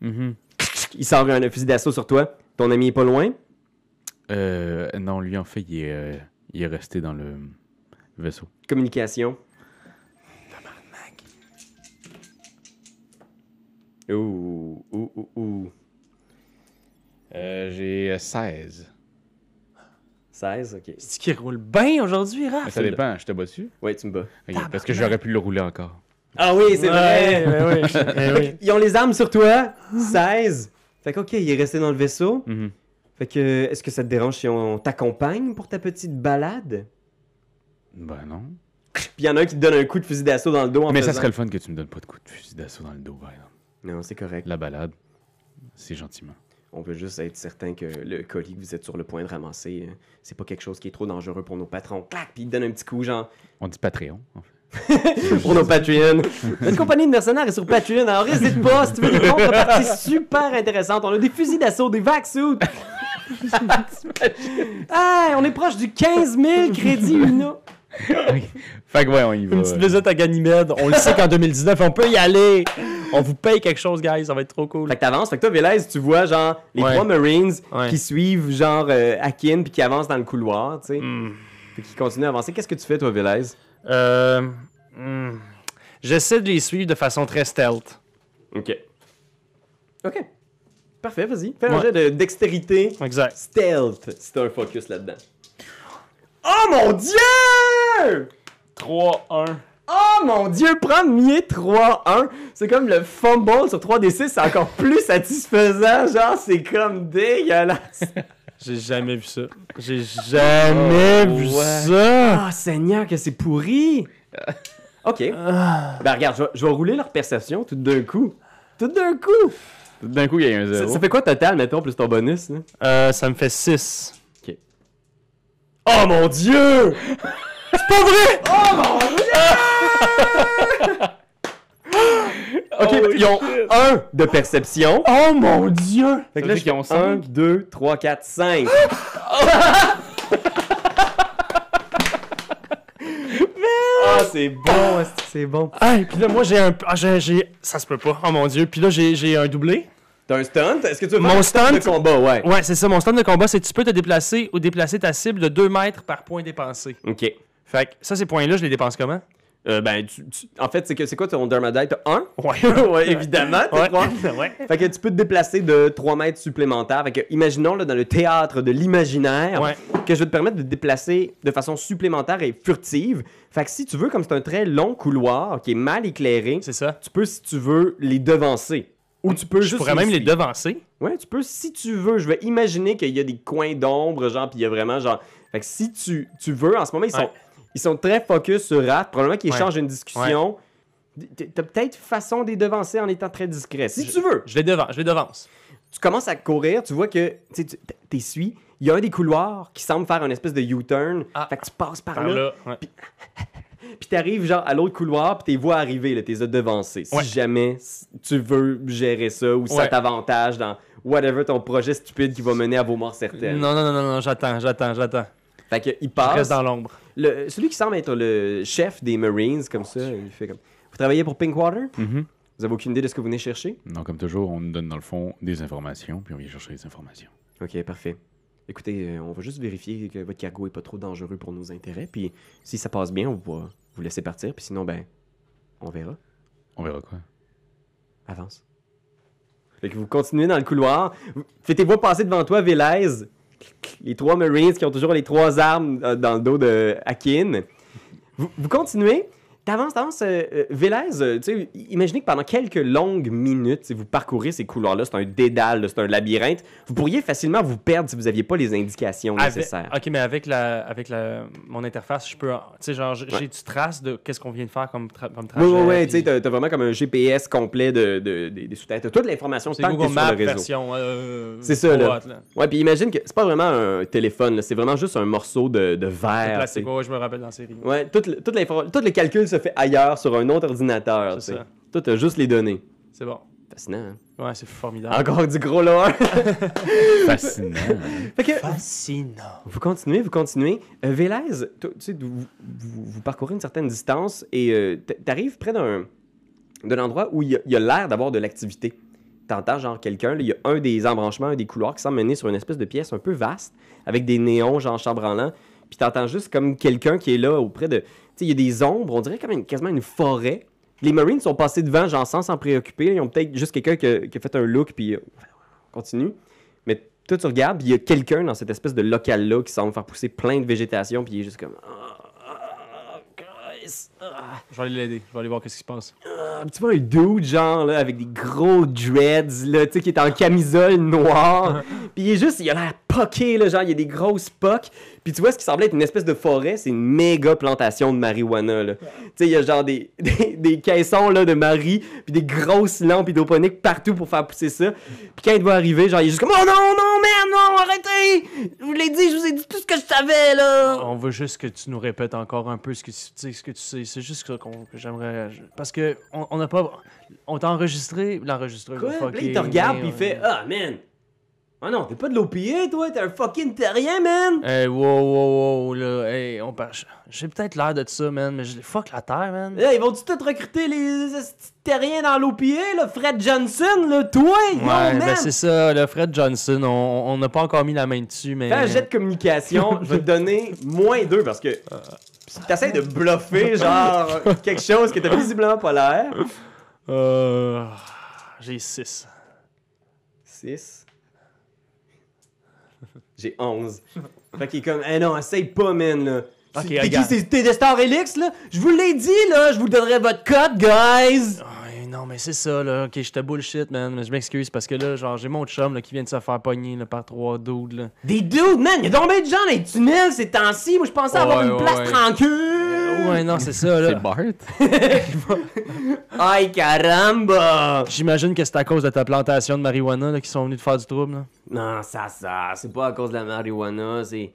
Speaker 3: Mhm.
Speaker 1: Il sort un fusil d'assaut sur toi. Ton ami est pas loin.
Speaker 3: Euh, non, lui, en fait, il est, euh, il est resté dans le vaisseau.
Speaker 1: Communication. Ouh, ouh, ouh, ouh.
Speaker 3: Euh, J'ai euh, 16.
Speaker 1: 16, ok.
Speaker 2: C'est qui roule bien aujourd'hui, Raph?
Speaker 3: Mais ça dépend, je te bats dessus.
Speaker 1: Ouais, tu me bats.
Speaker 3: Ok, parce que j'aurais pu le rouler encore.
Speaker 1: Ah oui, c'est
Speaker 2: Ouais,
Speaker 1: vrai!
Speaker 2: ouais, ouais. Eh oui.
Speaker 1: Ils ont les armes sur toi. 16. Fait que, ok, il est resté dans le vaisseau.
Speaker 3: Mhm.
Speaker 1: Fait que, est-ce que ça te dérange si on t'accompagne pour ta petite balade?
Speaker 3: Ben non.
Speaker 1: Puis il y en a un qui te donne un coup de fusil d'assaut dans le dos en
Speaker 3: Mais ça
Speaker 1: faisant-
Speaker 3: serait le fun que tu me donnes pas de coup de fusil d'assaut dans le dos, par exemple.
Speaker 1: Non, c'est correct.
Speaker 3: La balade, c'est gentiment.
Speaker 1: On veut juste être certain que le colis que vous êtes sur le point de ramasser, euh, c'est pas quelque chose qui est trop dangereux pour nos patrons. Clac! Puis il te donne un petit coup, genre,
Speaker 3: On dit Patreon, en fait.
Speaker 1: pour nos Patreon. Notre compagnie de mercenaires est sur Patreon, alors n'hésite pas si tu veux des contreparties super intéressantes. On a des fusils d'assaut, des vaccins. ah, on est proche du 15 000 crédits UNO.
Speaker 3: Fait que ouais, on y va.
Speaker 2: Une petite visite à Ganymède. On le sait qu'en 2019, on peut y aller. On vous paye quelque chose, guys. Ça va être trop cool.
Speaker 1: Fait que t'avances, fait que toi, Vélez, tu vois, genre, les
Speaker 2: Ouais.
Speaker 1: trois Marines
Speaker 2: Ouais.
Speaker 1: qui suivent, genre, euh, Akin, puis qui avancent dans le couloir, tu sais.
Speaker 2: Hmm.
Speaker 1: Puis qui continuent à avancer. Qu'est-ce que tu fais, toi, Vélez?
Speaker 2: Euh, hmm. J'essaie de les suivre de façon très stealth.
Speaker 1: Ok. Ok. Parfait, vas-y. Fais un
Speaker 2: Ouais.
Speaker 1: jet de dextérité.
Speaker 2: Exact.
Speaker 1: Stealth, c'est un focus là-dedans. Oh mon dieu!
Speaker 2: 3-1.
Speaker 1: Oh mon dieu, premier 3-1. C'est comme le fumble sur 3D6, c'est encore plus satisfaisant. Genre, c'est comme dégueulasse.
Speaker 2: J'ai jamais vu ça. J'ai jamais
Speaker 3: Oh,
Speaker 2: vu
Speaker 3: ouais.
Speaker 2: ça.
Speaker 1: Ah, Seigneur, que c'est pourri! Euh. Ok. Ben, regarde, je vais- je vais rouler leur perception tout d'un coup. Tout d'un coup!
Speaker 3: D'un coup, il y a un
Speaker 1: Ça,
Speaker 3: zéro.
Speaker 1: ça fait quoi total, mettons, plus ton bonus? là?
Speaker 2: Euh, ça me fait 6.
Speaker 1: Ok.
Speaker 2: Oh mon dieu! C'est pas vrai!
Speaker 1: Ok, ben, ils ont un de perception.
Speaker 2: Oh mon dieu!
Speaker 1: Fait que
Speaker 3: Ça
Speaker 1: là,
Speaker 3: veut dire qu'ils ont
Speaker 1: je fais 1,
Speaker 3: cinq.
Speaker 1: 2, 3, 4, 5. Ah, c'est bon, esti, c'est bon.
Speaker 2: Hey, puis là, moi, j'ai un. Ah, j'ai, j'ai- Ça se peut pas. Oh mon dieu. Puis là, j'ai, j'ai un doublé.
Speaker 1: T'as un stunt? Est-ce que tu veux faire
Speaker 2: Mon
Speaker 1: un de
Speaker 2: stunt?
Speaker 1: combat, ouais.
Speaker 2: Ouais, c'est ça. Mon stand de combat, c'est que tu peux te déplacer ou déplacer ta cible de 2 mètres par point dépensé.
Speaker 1: Ok.
Speaker 2: Fait que ça, ces points-là, je les dépense comment?
Speaker 1: Euh, ben, tu- tu- en fait, c'est que c'est quoi ton Dermadite? T'as un?
Speaker 2: Ouais.
Speaker 1: ouais, évidemment, t'as
Speaker 2: Ouais.
Speaker 1: trois.
Speaker 2: ouais.
Speaker 1: Fait que tu peux te déplacer de 3 mètres supplémentaires. Fait que, imaginons, là, dans le théâtre de l'imaginaire,
Speaker 2: Ouais.
Speaker 1: que je vais te permettre de te déplacer de façon supplémentaire et furtive. Fait que si tu veux, comme c'est un très long couloir qui est mal éclairé,
Speaker 2: C'est ça.
Speaker 1: tu peux, si tu veux, les devancer. Ou tu peux
Speaker 2: Je
Speaker 1: juste.
Speaker 2: pourrais même les
Speaker 1: suivre.
Speaker 2: devancer.
Speaker 1: Ouais, tu peux, si tu veux. Je vais imaginer qu'il y a des coins d'ombre, genre, puis il y a vraiment, genre. Fait que si tu, tu veux, en ce moment, ils sont,
Speaker 2: Ouais.
Speaker 1: ils sont très focus sur Rat. Probablement qu'ils
Speaker 2: Ouais.
Speaker 1: échangent une discussion. T- T'as peut-être façon de les devancer en étant très discret. Si tu veux
Speaker 2: Je les devance. Je les devance.
Speaker 1: tu commences à courir, tu vois que tu sais, tu- t'essuies. Il y a un des couloirs qui semble faire une espèce de U-turn.
Speaker 2: Ah.
Speaker 1: Fait que tu passes par,
Speaker 2: Par
Speaker 1: là,
Speaker 2: là. ouais.
Speaker 1: Puis t'arrives genre à l'autre couloir, puis tes vois arriver, là, t'es devancé. Si
Speaker 2: Ouais.
Speaker 1: jamais s- tu veux gérer ça ou ça
Speaker 2: Ouais.
Speaker 1: t'avantage dans whatever ton projet stupide qui va mener à vos morts certaines.
Speaker 2: Non, non, non, non, non, j'attends, j'attends, j'attends.
Speaker 1: Fait que il
Speaker 2: Je
Speaker 1: passe.
Speaker 2: reste dans l'ombre.
Speaker 1: Le- celui qui semble être le chef des Marines, comme ça, il fait comme. Vous travaillez pour Pinkwater?
Speaker 3: Mhm.
Speaker 1: Vous avez aucune idée de ce que vous venez chercher?
Speaker 3: Non, comme toujours, on nous donne dans le fond des informations, puis on vient chercher les informations.
Speaker 1: Ok, parfait. Écoutez, euh, on va juste vérifier que votre cargo est pas trop dangereux pour nos intérêts, puis si ça passe bien, on va vous laisser partir, puis sinon, ben, on verra.
Speaker 3: On verra quoi.
Speaker 1: Avance. Fait que vous continuez dans le couloir, vous- faites tes voix passer devant toi, Vélez, les trois Marines qui ont toujours les trois armes euh, dans le dos de Akin. Vous, vous continuez, t'avances, t'avances, euh, euh, Vélez, euh, tu sais, imaginez que pendant quelques longues minutes, si vous parcourez ces couloirs-là, c'est un dédale, là, c'est un labyrinthe, vous pourriez facilement vous perdre si vous aviez pas les indications
Speaker 2: Avec-
Speaker 1: nécessaires.
Speaker 2: ok, mais avec la, avec la, mon interface, je peux, en- tu sais, genre, j-
Speaker 1: Ouais.
Speaker 2: j'ai du trace de qu'est-ce qu'on vient de faire comme, tra- comme
Speaker 1: Oui,
Speaker 2: trajet.
Speaker 1: oui, oui. Tu
Speaker 2: puis
Speaker 1: sais, t'as t'as vraiment comme un GPS complet de, de- des- des sous-têtes. T'as toute l'information
Speaker 2: c'est
Speaker 1: tant que t'es
Speaker 2: Google
Speaker 1: sur
Speaker 2: Maps
Speaker 1: le réseau.
Speaker 2: version. euh,
Speaker 1: C'est ça, là.
Speaker 2: droite,
Speaker 1: Ouais, puis imagine que c'est pas vraiment un téléphone, là, c'est vraiment juste un morceau de, de
Speaker 2: Le
Speaker 1: verre. tu
Speaker 2: plastique,
Speaker 1: sais.
Speaker 2: ouais, ouais, je me rappelle dans la série.
Speaker 1: Ouais, tout le, toute l'info- tout le calcul se fait ailleurs sur un autre ordinateur.
Speaker 2: C'est
Speaker 1: tu sais.
Speaker 2: ça.
Speaker 1: Toi, t'as juste les données.
Speaker 2: C'est bon.
Speaker 1: Fascinant. hein?
Speaker 2: Ouais, c'est formidable.
Speaker 1: Encore du gros lore.
Speaker 3: Fascinant.
Speaker 1: fait que
Speaker 2: Fascinant.
Speaker 1: Vous continuez, vous continuez. Euh, Vélez, toi, tu sais, vous, vous- vous parcourez une certaine distance et euh, t- t'arrives près d'un d'un endroit où il y a- il y a, l'air d'avoir de l'activité. t'entends genre quelqu'un, là, il y a un des embranchements, un des couloirs qui semble mener sur une espèce de pièce un peu vaste, avec des néons genre chambranlants, puis t'entends juste comme quelqu'un qui est là auprès de... Tu sais, il y a des ombres, on dirait comme une- quasiment une forêt. Les Marines sont passés devant genre sans s'en préoccuper, ils ont peut-être juste quelqu'un qui, a- qui a fait un look, puis euh, on continue. Mais toi, tu regardes, puis il y a quelqu'un dans cette espèce de local-là qui semble faire pousser plein de végétation, puis il est juste comme... Ah, ah, Christ, ah.
Speaker 2: Je vais aller l'aider. Je vais aller voir qu'est-ce qui se passe.
Speaker 1: Un petit peu Ah, un dude, genre, là, avec des gros dreads, là, tu sais, qui est en camisole noire. Puis il est juste, il a l'air poqué, là, genre, il y a des grosses pocs. Puis tu vois, ce qui semblait être une espèce de forêt, c'est une méga plantation de marijuana, là. Tu sais, il y a genre des, des, des caissons, là, de mari, puis des grosses lampes hydroponiques partout pour faire pousser ça. Puis quand il doit arriver, genre, il est juste comme, oh non, non, merde, non, arrêtez! Je vous l'ai dit, je vous ai dit tout ce que je savais, là!
Speaker 2: On veut juste que tu nous répètes encore un peu ce que tu, tu sais, ce que tu sais. C'est juste ça qu'on- que j'aimerais. je- Parce que on on n'a pas. On t'a enregistré. L'enregistreur.
Speaker 1: Quoi?
Speaker 2: fucking-
Speaker 1: Puis là, il te regarde,
Speaker 2: mais
Speaker 1: puis il
Speaker 2: on-
Speaker 1: fait Ah, man! Ah non, t'es pas de l'OPA, toi, t'es un fucking terrien, man!
Speaker 2: Hey, wow, wow, wow, là. Hey, on part. J'ai peut-être l'air de ça, man, mais je fuck la terre, man.
Speaker 1: Là, ils vont-tu tout recruter les esti de terriens dans l'OPA, là? Fred Johnson, là, toi, non,
Speaker 2: ouais,
Speaker 1: man!
Speaker 2: ben c'est ça, le Fred Johnson, on- on n'a pas encore mis la main dessus, mais.
Speaker 1: Fais un jet de communication, je vais te donner moins deux parce que
Speaker 2: Euh,
Speaker 1: t'essayes de bluffer, genre, quelque chose que t'as visiblement pas l'air.
Speaker 2: Euh, J'ai 6.
Speaker 1: 6. J'ai 11. Fait qu'il est comme, eh non, essaye pas, man, là.
Speaker 2: Ok,
Speaker 1: C'est- T'es qui,
Speaker 2: regarde.
Speaker 1: c'est t'es de Star Elix, là? Je vous l'ai dit, là, je vous donnerai votre code, guys!
Speaker 2: non, mais c'est ça, là. Ok, j'étais bullshit, man. Mais je m'excuse parce que là, genre, j'ai mon chum là, qui vient de se faire pogner là, par trois dudes, là.
Speaker 1: Des dudes, man, y'a tombé de gens dans les tunnels ces temps-ci, moi je pensais avoir
Speaker 2: Ouais,
Speaker 1: une place
Speaker 2: ouais.
Speaker 1: tranquille!
Speaker 2: Ouais, non, c'est ça,
Speaker 3: C'est
Speaker 2: là.
Speaker 3: Bart?
Speaker 1: Aïe, caramba!
Speaker 2: J'imagine que c'est à cause de ta plantation de marijuana là, qu'ils sont venus te faire du trouble, là.
Speaker 1: Non, ça, ça, c'est pas à cause de la marijuana, c'est.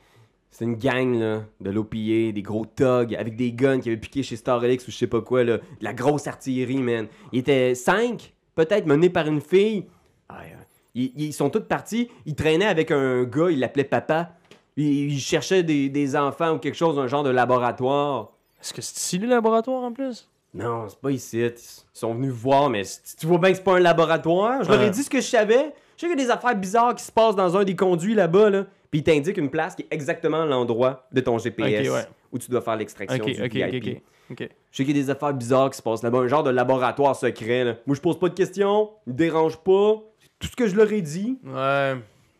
Speaker 1: C'est une gang, là, de l'OPA, des gros thugs, avec des guns qui avaient piqué chez Star Alex ou je sais pas quoi, là. De la grosse artillerie, man. Ils étaient cinq, peut-être, menés par une fille. Ah, euh, ils, ils sont tous partis. Ils traînaient avec un gars, il l'appelait papa. Ils, ils cherchaient des, des enfants ou quelque chose, un genre de laboratoire.
Speaker 2: Est-ce que c'est ici le laboratoire en plus?
Speaker 1: Non, c'est pas ici. Ils sont venus voir, mais c- tu vois bien que c'est pas un laboratoire. Je leur ai
Speaker 2: Ouais.
Speaker 1: dit ce que je savais. Je sais qu'il y a des affaires bizarres qui se passent dans un des conduits là-bas, là. Puis ils t'indiquent une place qui est exactement l'endroit de ton GPS
Speaker 2: Ok, ouais.
Speaker 1: où tu dois faire l'extraction
Speaker 2: Ok,
Speaker 1: du
Speaker 2: ok,
Speaker 1: VIP.
Speaker 2: ok, ok. Ok.
Speaker 1: Je sais qu'il y a des affaires bizarres qui se passent là-bas, un genre de laboratoire secret, là. Moi, je pose pas de questions, ils me dérangent pas. C'est Tout ce que je leur ai dit.
Speaker 2: Ouais.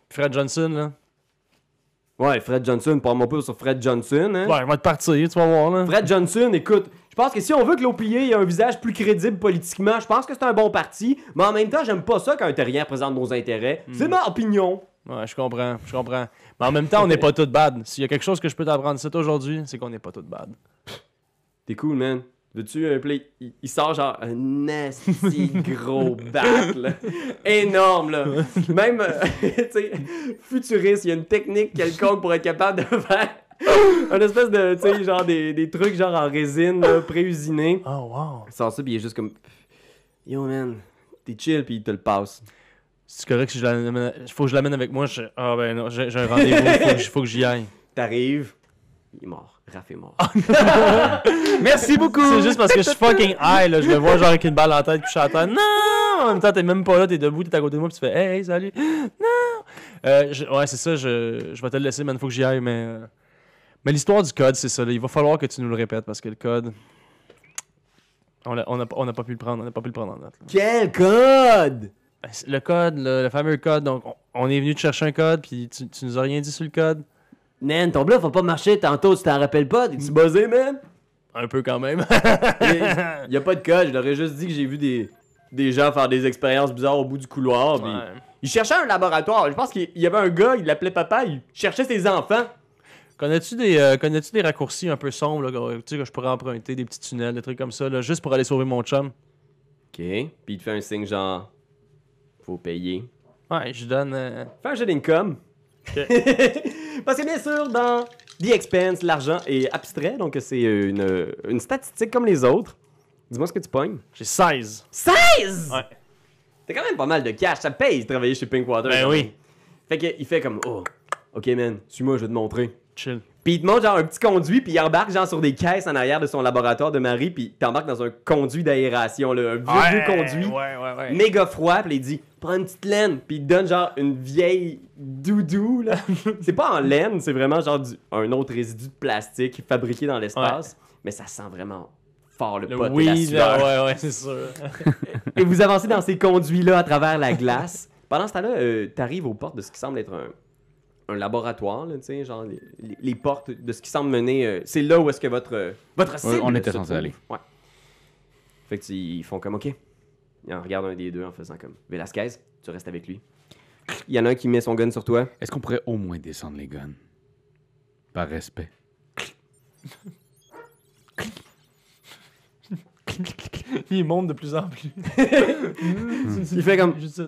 Speaker 2: Fred Johnson, là.
Speaker 1: Ouais, Fred Johnson, parle-moi pas sur Fred Johnson, hein.
Speaker 2: Ouais, on va te partir, tu vas voir, là.
Speaker 1: Fred Johnson, écoute, je pense que si on veut que l'OPA ait un visage plus crédible politiquement, je pense que c'est un bon parti, mais en même temps, j'aime pas ça qu'un terrien représente nos intérêts. C'est ma opinion.
Speaker 2: Ouais, je comprends, je comprends. Mais en même temps, on n'est pas tous bad. S'il y a quelque chose que je peux t'apprendre c'est aujourd'hui, c'est qu'on n'est pas tous bad.
Speaker 1: T'es cool, man. Veux-tu un play? Il, il sort genre un esti gros bat, là. Énorme, là. Même, euh, tu sais, futuriste, il y a une technique quelconque pour être capable de faire un espèce de, tu sais, genre des, des trucs genre en résine, là, pré-usinés.
Speaker 2: Oh, wow.
Speaker 1: Il sort ça, puis il est juste comme Yo, man, t'es chill, puis il te le passe.
Speaker 2: C'est correct si je l'amène. Faut que je l'amène avec moi. je- Ah, ben non, j'ai j'ai un rendez-vous. faut que j- faut que j'y aille.
Speaker 1: T'arrives, il est mort. Raph est mort.
Speaker 2: Merci beaucoup. C'est juste parce que je suis fucking high, là. Je le vois genre avec une balle en tête, puis je suis à terre. Non! En même temps, t'es même pas là, t'es debout, t'es à côté de moi, puis tu fais Hey, hey, salut. Non! Euh, je- ouais, c'est ça, je, je vais te le laisser, man. Faut que j'y aille, mais. euh, Mais l'histoire du code, c'est ça, là. Il va falloir que tu nous le répètes parce que le code. On l'a- on n'a pas- on n'a pas pu le prendre, on n'a pas pu le prendre en note. là.
Speaker 1: Quel code
Speaker 2: Ben, c'est- Le code, là, le fameux code, donc on, on est venu te chercher un code, puis tu, tu nous as rien dit sur le code.
Speaker 1: Man, ton bluff va pas marcher tantôt, tu t'en rappelles pas, t'es-tu buzzé, man
Speaker 2: Un peu quand même.
Speaker 1: Il y a pas de code, je leur ai juste dit que j'ai vu des, des gens faire des expériences bizarres au bout du couloir. puis
Speaker 2: Ouais.
Speaker 1: Ils cherchaient un laboratoire, je pense qu'il il y avait un gars, il l'appelait papa, il cherchait ses enfants.
Speaker 2: Connais-tu des, euh, connais-tu des raccourcis un peu sombres, là, que, tu sais, que je pourrais emprunter, des petits tunnels, des trucs comme ça, là, juste pour aller sauver mon chum?
Speaker 1: Ok, puis il te fait un signe genre Faut payer.
Speaker 2: Ouais, je lui donne. euh,
Speaker 1: Fais un jeu d'income. Parce que bien sûr, dans The Expense, l'argent est abstrait, donc c'est une, une statistique comme les autres. Dis-moi ce que tu pognes.
Speaker 2: J'ai 16.
Speaker 1: 16!
Speaker 2: Ouais.
Speaker 1: T'as quand même pas mal de cash, ça paye de travailler chez Pinkwater.
Speaker 2: Ben
Speaker 1: quand
Speaker 2: oui.
Speaker 1: même. Fait qu'il fait comme, oh, ok man, suis-moi, je vais te montrer.
Speaker 2: Chill.
Speaker 1: Puis il te montre genre un petit conduit, puis il embarque genre sur des caisses en arrière de son laboratoire de Marie, puis t'embarques dans un conduit d'aération, là, un vieux, vieux conduit,
Speaker 2: Ouais, ouais, ouais.
Speaker 1: méga froid, puis il dit prends une petite laine, puis il te donne genre une vieille doudou là. c'est pas en laine, c'est vraiment genre du- un autre résidu de plastique fabriqué dans l'espace, mais ça sent vraiment fort le,
Speaker 2: Le
Speaker 1: pot et la
Speaker 2: weed,
Speaker 1: sueur.
Speaker 2: là, ouais, ouais, c'est sûr.
Speaker 1: Et vous avancez dans ces conduits-là à travers la glace. Pendant ce temps-là, euh, t'arrives aux portes de ce qui semble être un, un laboratoire, là, tu sais, genre les, les- les portes de ce qui semble mener. euh, c'est là où est-ce que votre euh, votre cible
Speaker 3: on était
Speaker 1: se
Speaker 3: censé
Speaker 1: trouve.
Speaker 3: aller.
Speaker 1: Ouais. Fait que tu- ils font comme ok. Ils en regardent un des deux en faisant comme Velasquez, tu restes avec lui. Il y en a un qui met son gun sur toi.
Speaker 3: Est-ce qu'on pourrait au moins descendre les guns? Par respect.
Speaker 2: Il monte de plus en plus.
Speaker 1: Il fait comme-
Speaker 2: Juste ça.